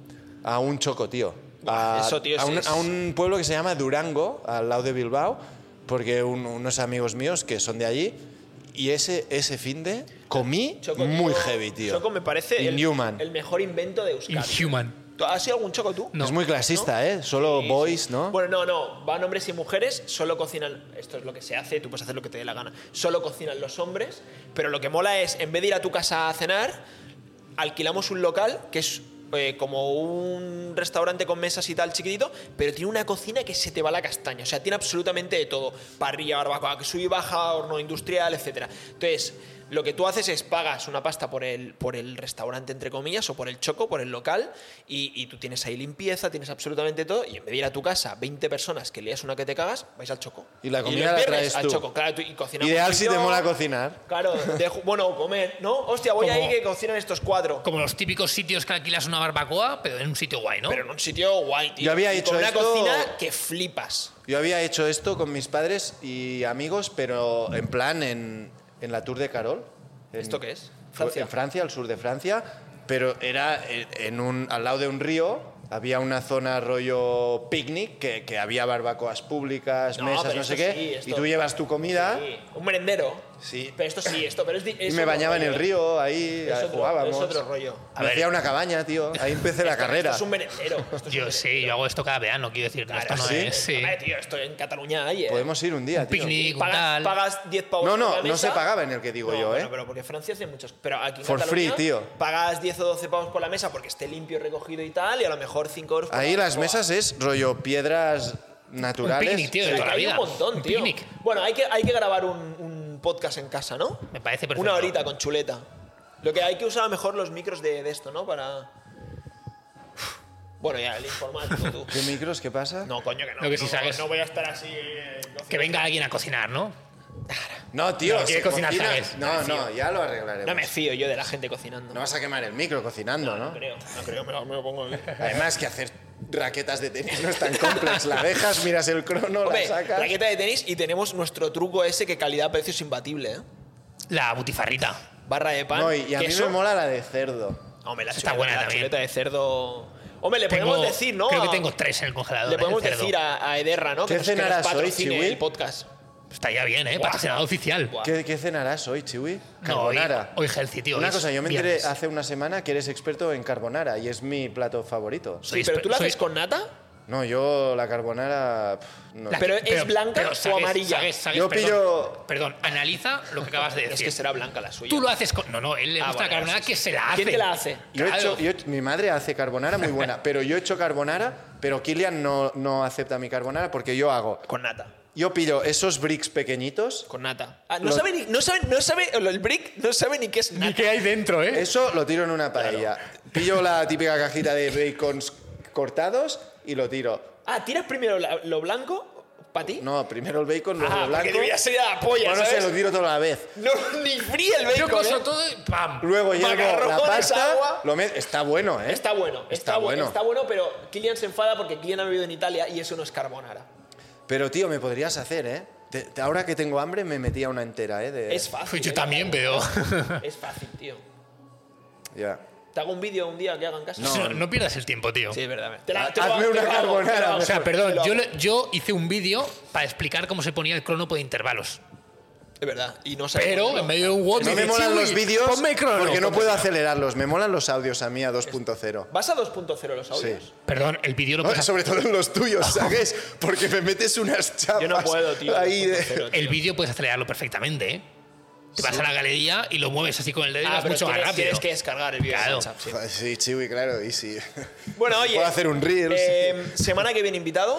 B: a un choco, tío. A,
A: Buah, eso, tío,
B: a
A: sí
B: un,
A: es-
B: a un pueblo que se llama Durango, al lado de Bilbao, porque un- unos amigos míos que son de allí. Y ese, ese fin de comí
A: Choco,
B: muy
A: tío,
B: heavy, tío.
A: Choco me parece el,
B: Inhuman.
A: el mejor invento de Euskadi. ¿eh?
C: Inhuman.
A: ¿Tú- ¿Has sido algún choco tú?
C: No.
B: Es muy clasista, ¿eh? Solo boys, ¿no?
A: Bueno, no, no. Van hombres y mujeres, solo cocinan. Esto es lo que se hace, tú puedes hacer lo que te dé la gana. Solo cocinan los hombres, pero lo que mola es, en vez de ir a tu casa a cenar, alquilamos un local que es. eh, como un restaurante con mesas y tal chiquitito, pero tiene una cocina que se te va la castaña, o sea, tiene absolutamente de todo, parrilla, barbacoa, que sube y baja, horno industrial, etcétera. Entonces, Lo que tú haces es pagas una pasta por el, por el restaurante, entre comillas, o por el choco, por el local, y, y tú tienes ahí limpieza, tienes absolutamente todo, y en vez de ir a tu casa, 20 personas que leas una que te cagas, vais al choco.
B: Y la comida
A: los
B: la
A: viernes
B: traes
A: al
B: tú.
A: choco, claro, tú- y cocinamos.
B: Ideal
A: tú y
B: si te
A: pues yo.
B: mola cocinar.
A: Claro, de ju- bueno, o comer, ¿no? Hostia, voy
C: Como-
A: ahí que cocinan estos cuatro.
C: Como los típicos sitios que alquilas una barbacoa, pero en un sitio guay, ¿no?
A: Pero en un sitio guay, tío.
B: Yo había
A: Y
B: hecho
A: con una
B: esto-
A: cocina que flipas.
B: Yo había hecho esto con mis padres y amigos, pero en plan en, en la Tour de Carol. En-
A: ¿Esto qué es?
B: fue
A: Francia.
B: En Francia, al sur de Francia, pero era en- en un, al lado de un río. Había una zona rollo picnic que, que había barbacoas públicas,
A: No,
B: mesas,
A: pero
B: no sé
A: esto
B: qué.
A: sí, esto-
B: Y tú llevas tu comida
A: Sí, un merendero.
B: ¿Ah? Sí.
A: Pero esto sí, esto, pero es, di-
B: y
A: es
B: me
A: otro
B: bañaba en el
A: rollo.
B: río, ahí
A: Es otro,
B: jugábamos.
A: es otro rollo.
B: Me hacía una cabaña, tío. Ahí empecé la
A: Esto-
B: carrera.
A: Esto es un merendero. Esto es un
C: Yo
A: merendero.
C: sí, yo hago esto cada verano, quiero decir, pero
A: Claro, ¿Ah,
C: esto no
B: ¿sí?
C: es. sí.
A: Hombre, tío, esto en Cataluña hay. eh.
B: Podemos ir un día, tío.
C: picnic.
A: Y
C: un
A: pagas,
C: tal.
A: pagas 10 pavos.
B: No,
A: por
B: no,
A: la
B: no se
A: mesa.
B: pagaba en el que digo
A: No,
B: yo,
A: bueno,
B: ¿eh?
A: pero porque Francia hace muchos. Pero aquí en
B: For
A: Cataluña
B: free, tío.
A: Pagas 10 o 12 pavos por la mesa porque esté limpio, recogido y tal, y a lo mejor 5 euros. por
B: Ahí
A: la
B: las
A: barbacoa.
B: mesas es rollo piedras naturales.
C: picnic, tío.
A: O sea,
C: de
A: que
C: toda la
A: hay un
C: vida.
A: montón,
C: Un
A: tío.
C: picnic.
A: Bueno, hay que, hay que grabar un, un podcast en casa, ¿no?
C: Me parece perfecto.
A: Una horita con chuleta. Lo que hay que usar mejor los micros de, de esto, ¿no? Para. Bueno, ya, el informático tú.
B: ¿Qué micros? ¿Qué pasa?
A: No, coño, que no.
C: Lo que sí
A: no,
C: sabes.
A: no voy a estar así. eh,
C: Que venga alguien a cocinar, ¿no?
B: No, tío.
C: No, quiere
B: si
C: cocinar,
B: cocinas-
C: ¿sabes?
B: No, no, ya lo arreglaremos.
A: No me fío yo de la gente cocinando.
B: No vas a quemar el micro cocinando, ¿no?
A: creo, no creo, me lo, me lo pongo ahí.
B: Además que hacer raquetas de tenis no es tan complejo. La dejas, miras el crono,
A: Hombre,
B: la sacas.
A: raqueta de tenis y tenemos nuestro truco ese que calidad-precio es imbatible, ¿eh?
C: La butifarrita.
A: Barra de pan.
B: No, y, y a mí
A: queso.
B: me mola la de cerdo.
A: Hombre, la
C: Está
A: chuleta,
C: buena
A: la
C: también.
A: chuleta de cerdo. Hombre, le podemos
C: Tengo-
A: decir, ¿no?
C: Creo que
A: A-
C: tengo tres en el congelador.
A: Le podemos
C: el cerdo.
A: decir a, a Ederra, ¿no?
B: ¿Qué
A: que nos, que nos
B: cenarás hoy,
A: patrocine
B: Chiwi?
A: el podcast.
C: Estaría bien, ¿eh?
A: Buah.
C: Patrocinado oficial.
A: Buah.
B: ¿Qué, qué cenarás hoy, Chiwi?
C: No, hoy,
B: Carbonara.
C: hoy healthy, tío.
B: Una
C: hoy es
B: cosa, yo me
C: viernes.
B: enteré hace una semana que eres experto en carbonara y es mi plato favorito.
A: Sí,
C: Soy
A: pero
C: exper-
A: tú la
C: soy-
A: haces con nata,
B: No, yo la carbonara... pf, no.
A: pero es
C: Pero-
A: blanca
C: pero
A: o
C: Sagues-
A: amarilla.
C: Sagues- Sagues,
B: Yo
C: perdón.
B: pillo-
C: Perdón, analiza lo que acabas de
A: es
C: decir.
A: que será blanca la suya.
C: Tú lo haces con. No, no, él le
A: Ah,
C: gusta la
A: vale,
C: carbonara
A: sí, sí.
C: que se la hace.
A: ¿Quién te la hace?
B: Yo he
C: Claro.
B: hecho- yo he hecho- mi madre hace carbonara muy buena, pero yo he hecho carbonara, pero Kilian no, no acepta mi carbonara porque yo hago.
A: Con nata.
B: Yo pillo esos bricks pequeñitos,
A: Con nata. Ah, no,
B: Lo-
A: sabe ni, no, sabe, no sabe, el brick no sabe ni qué es nata.
C: hay dentro, eh?
B: eso lo tiro en una paella. Pillo la típica cajita de bacons cortados y lo tiro.
A: Ah, ¿tiras primero la- lo blanco para ti?
B: No, primero el bacon, luego
A: ah,
B: el
A: porque
B: blanco.
A: debería ser a la polla,
B: Bueno, se
A: ¿sabes?
B: lo tiro toda la vez.
A: No, ni fría el
C: Yo
A: bacon,
C: coso
A: ¿eh?
C: todo y ¡pam!
B: Luego llevo la
A: Macarrones,
B: pasta,
A: agua.
B: lo me- está bueno, ¿eh?
A: Está bueno, está,
B: Está
A: bueno.
B: bueno.
A: Está bueno, pero Kilian se enfada porque Kilian ha vivido en Italia y eso no es carbonara.
B: Pero tío, me podrías hacer, ¿eh? Te- te- ahora que tengo hambre me metía una entera, ¿eh? De-
A: Es fácil.
C: Pues Yo
A: ¿eh?
C: también veo.
A: Es fácil, tío.
B: Ya.
A: Te hago un vídeo un día que hagan casa.
C: No, no pierdas el tiempo, tío.
A: Sí, es verdad.
B: Ha- hazme una carbonara,
C: O sea,
A: te
C: perdón,
A: lo
C: yo,
A: hago.
C: le- yo hice un vídeo para explicar cómo se ponía el crono por intervalos.
A: Es verdad. Y no sabes
C: Pero
A: cómo.
C: en medio de un WOD
B: No
C: dice,
B: me molan
C: "Chiwi,
B: los vídeos
C: ponme el crono".
B: porque no
C: Ponme-
B: puedo acelerarlos. Me molan los audios a mí a 2.0.
A: ¿Vas a 2.0 los audios?
B: Sí.
C: Perdón, el vídeo lo
B: No,
C: puedes
B: sobre todo en los tuyos, ¿sabes? Porque me metes unas chapas
A: Yo no puedo, tío.
B: ahí de-
A: 2.0, tío. Ah,
C: El vídeo puedes acelerarlo perfectamente, ¿eh? Te vas a la galería y lo mueves así con el dedo y
A: Ah,
C: vas
A: pero
C: mucho más
A: tienes,
C: rápido.
A: tienes que descargar el vídeo de
C: Claro.
A: WhatsApp, sí.
B: Sí, chiwi, claro, y sí.
A: Bueno, oye.
B: Puedo hacer un reel.
A: eh, semana que viene invitado.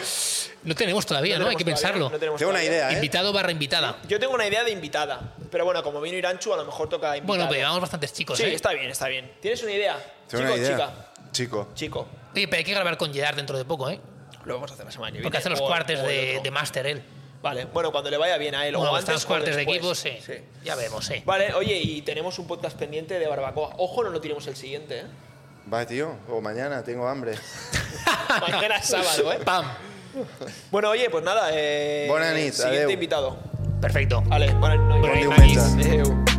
C: No tenemos todavía, ¿no? Hay
A: tenemos
C: que
A: todavía,
C: pensarlo.
A: no tenemos
B: Tengo una
A: todavía.
B: idea, ¿eh?
C: Invitado barra invitada.
A: Yo tengo una idea de invitada. Pero bueno, como vino Iranchu, a lo mejor toca invitado.
C: Bueno, pues pero llevamos bastantes chicos,
A: Sí,
C: ¿eh?
A: está bien, está bien. ¿Tienes una idea?
B: Tengo
A: Chico,
B: una idea.
A: chica.
B: Chico.
A: Chico.
C: Oye, pero hay que grabar con Gerard dentro de poco, ¿eh?
A: Lo vamos a hacer la semana que viene.
C: Porque hace los
A: o-
C: cuartos
A: o el
C: de,
A: otro.
C: de Master él.
A: Vale, bueno, cuando le vaya bien a él
C: Bueno,
A: o
C: hasta
A: antes
C: los
A: o
C: cuartos de
A: después.
C: equipo, sí. Ya vemos, ¿eh?
A: Vale, oye, y tenemos un podcast pendiente de barbacoa. Ojo, no lo tiremos el siguiente, ¿eh?
B: Va, tío. O mañana, tengo hambre.
A: Mañana es sábado, ¿eh?
C: ¡Pam!
A: Bueno, oye, pues nada. Eh,
B: Bona nit,
A: Siguiente
B: adeu.
A: invitado.
C: Perfecto.
A: Vale, buenas noches.
B: Bon
C: Bona
B: diumenge.
C: nit.
A: Adeu.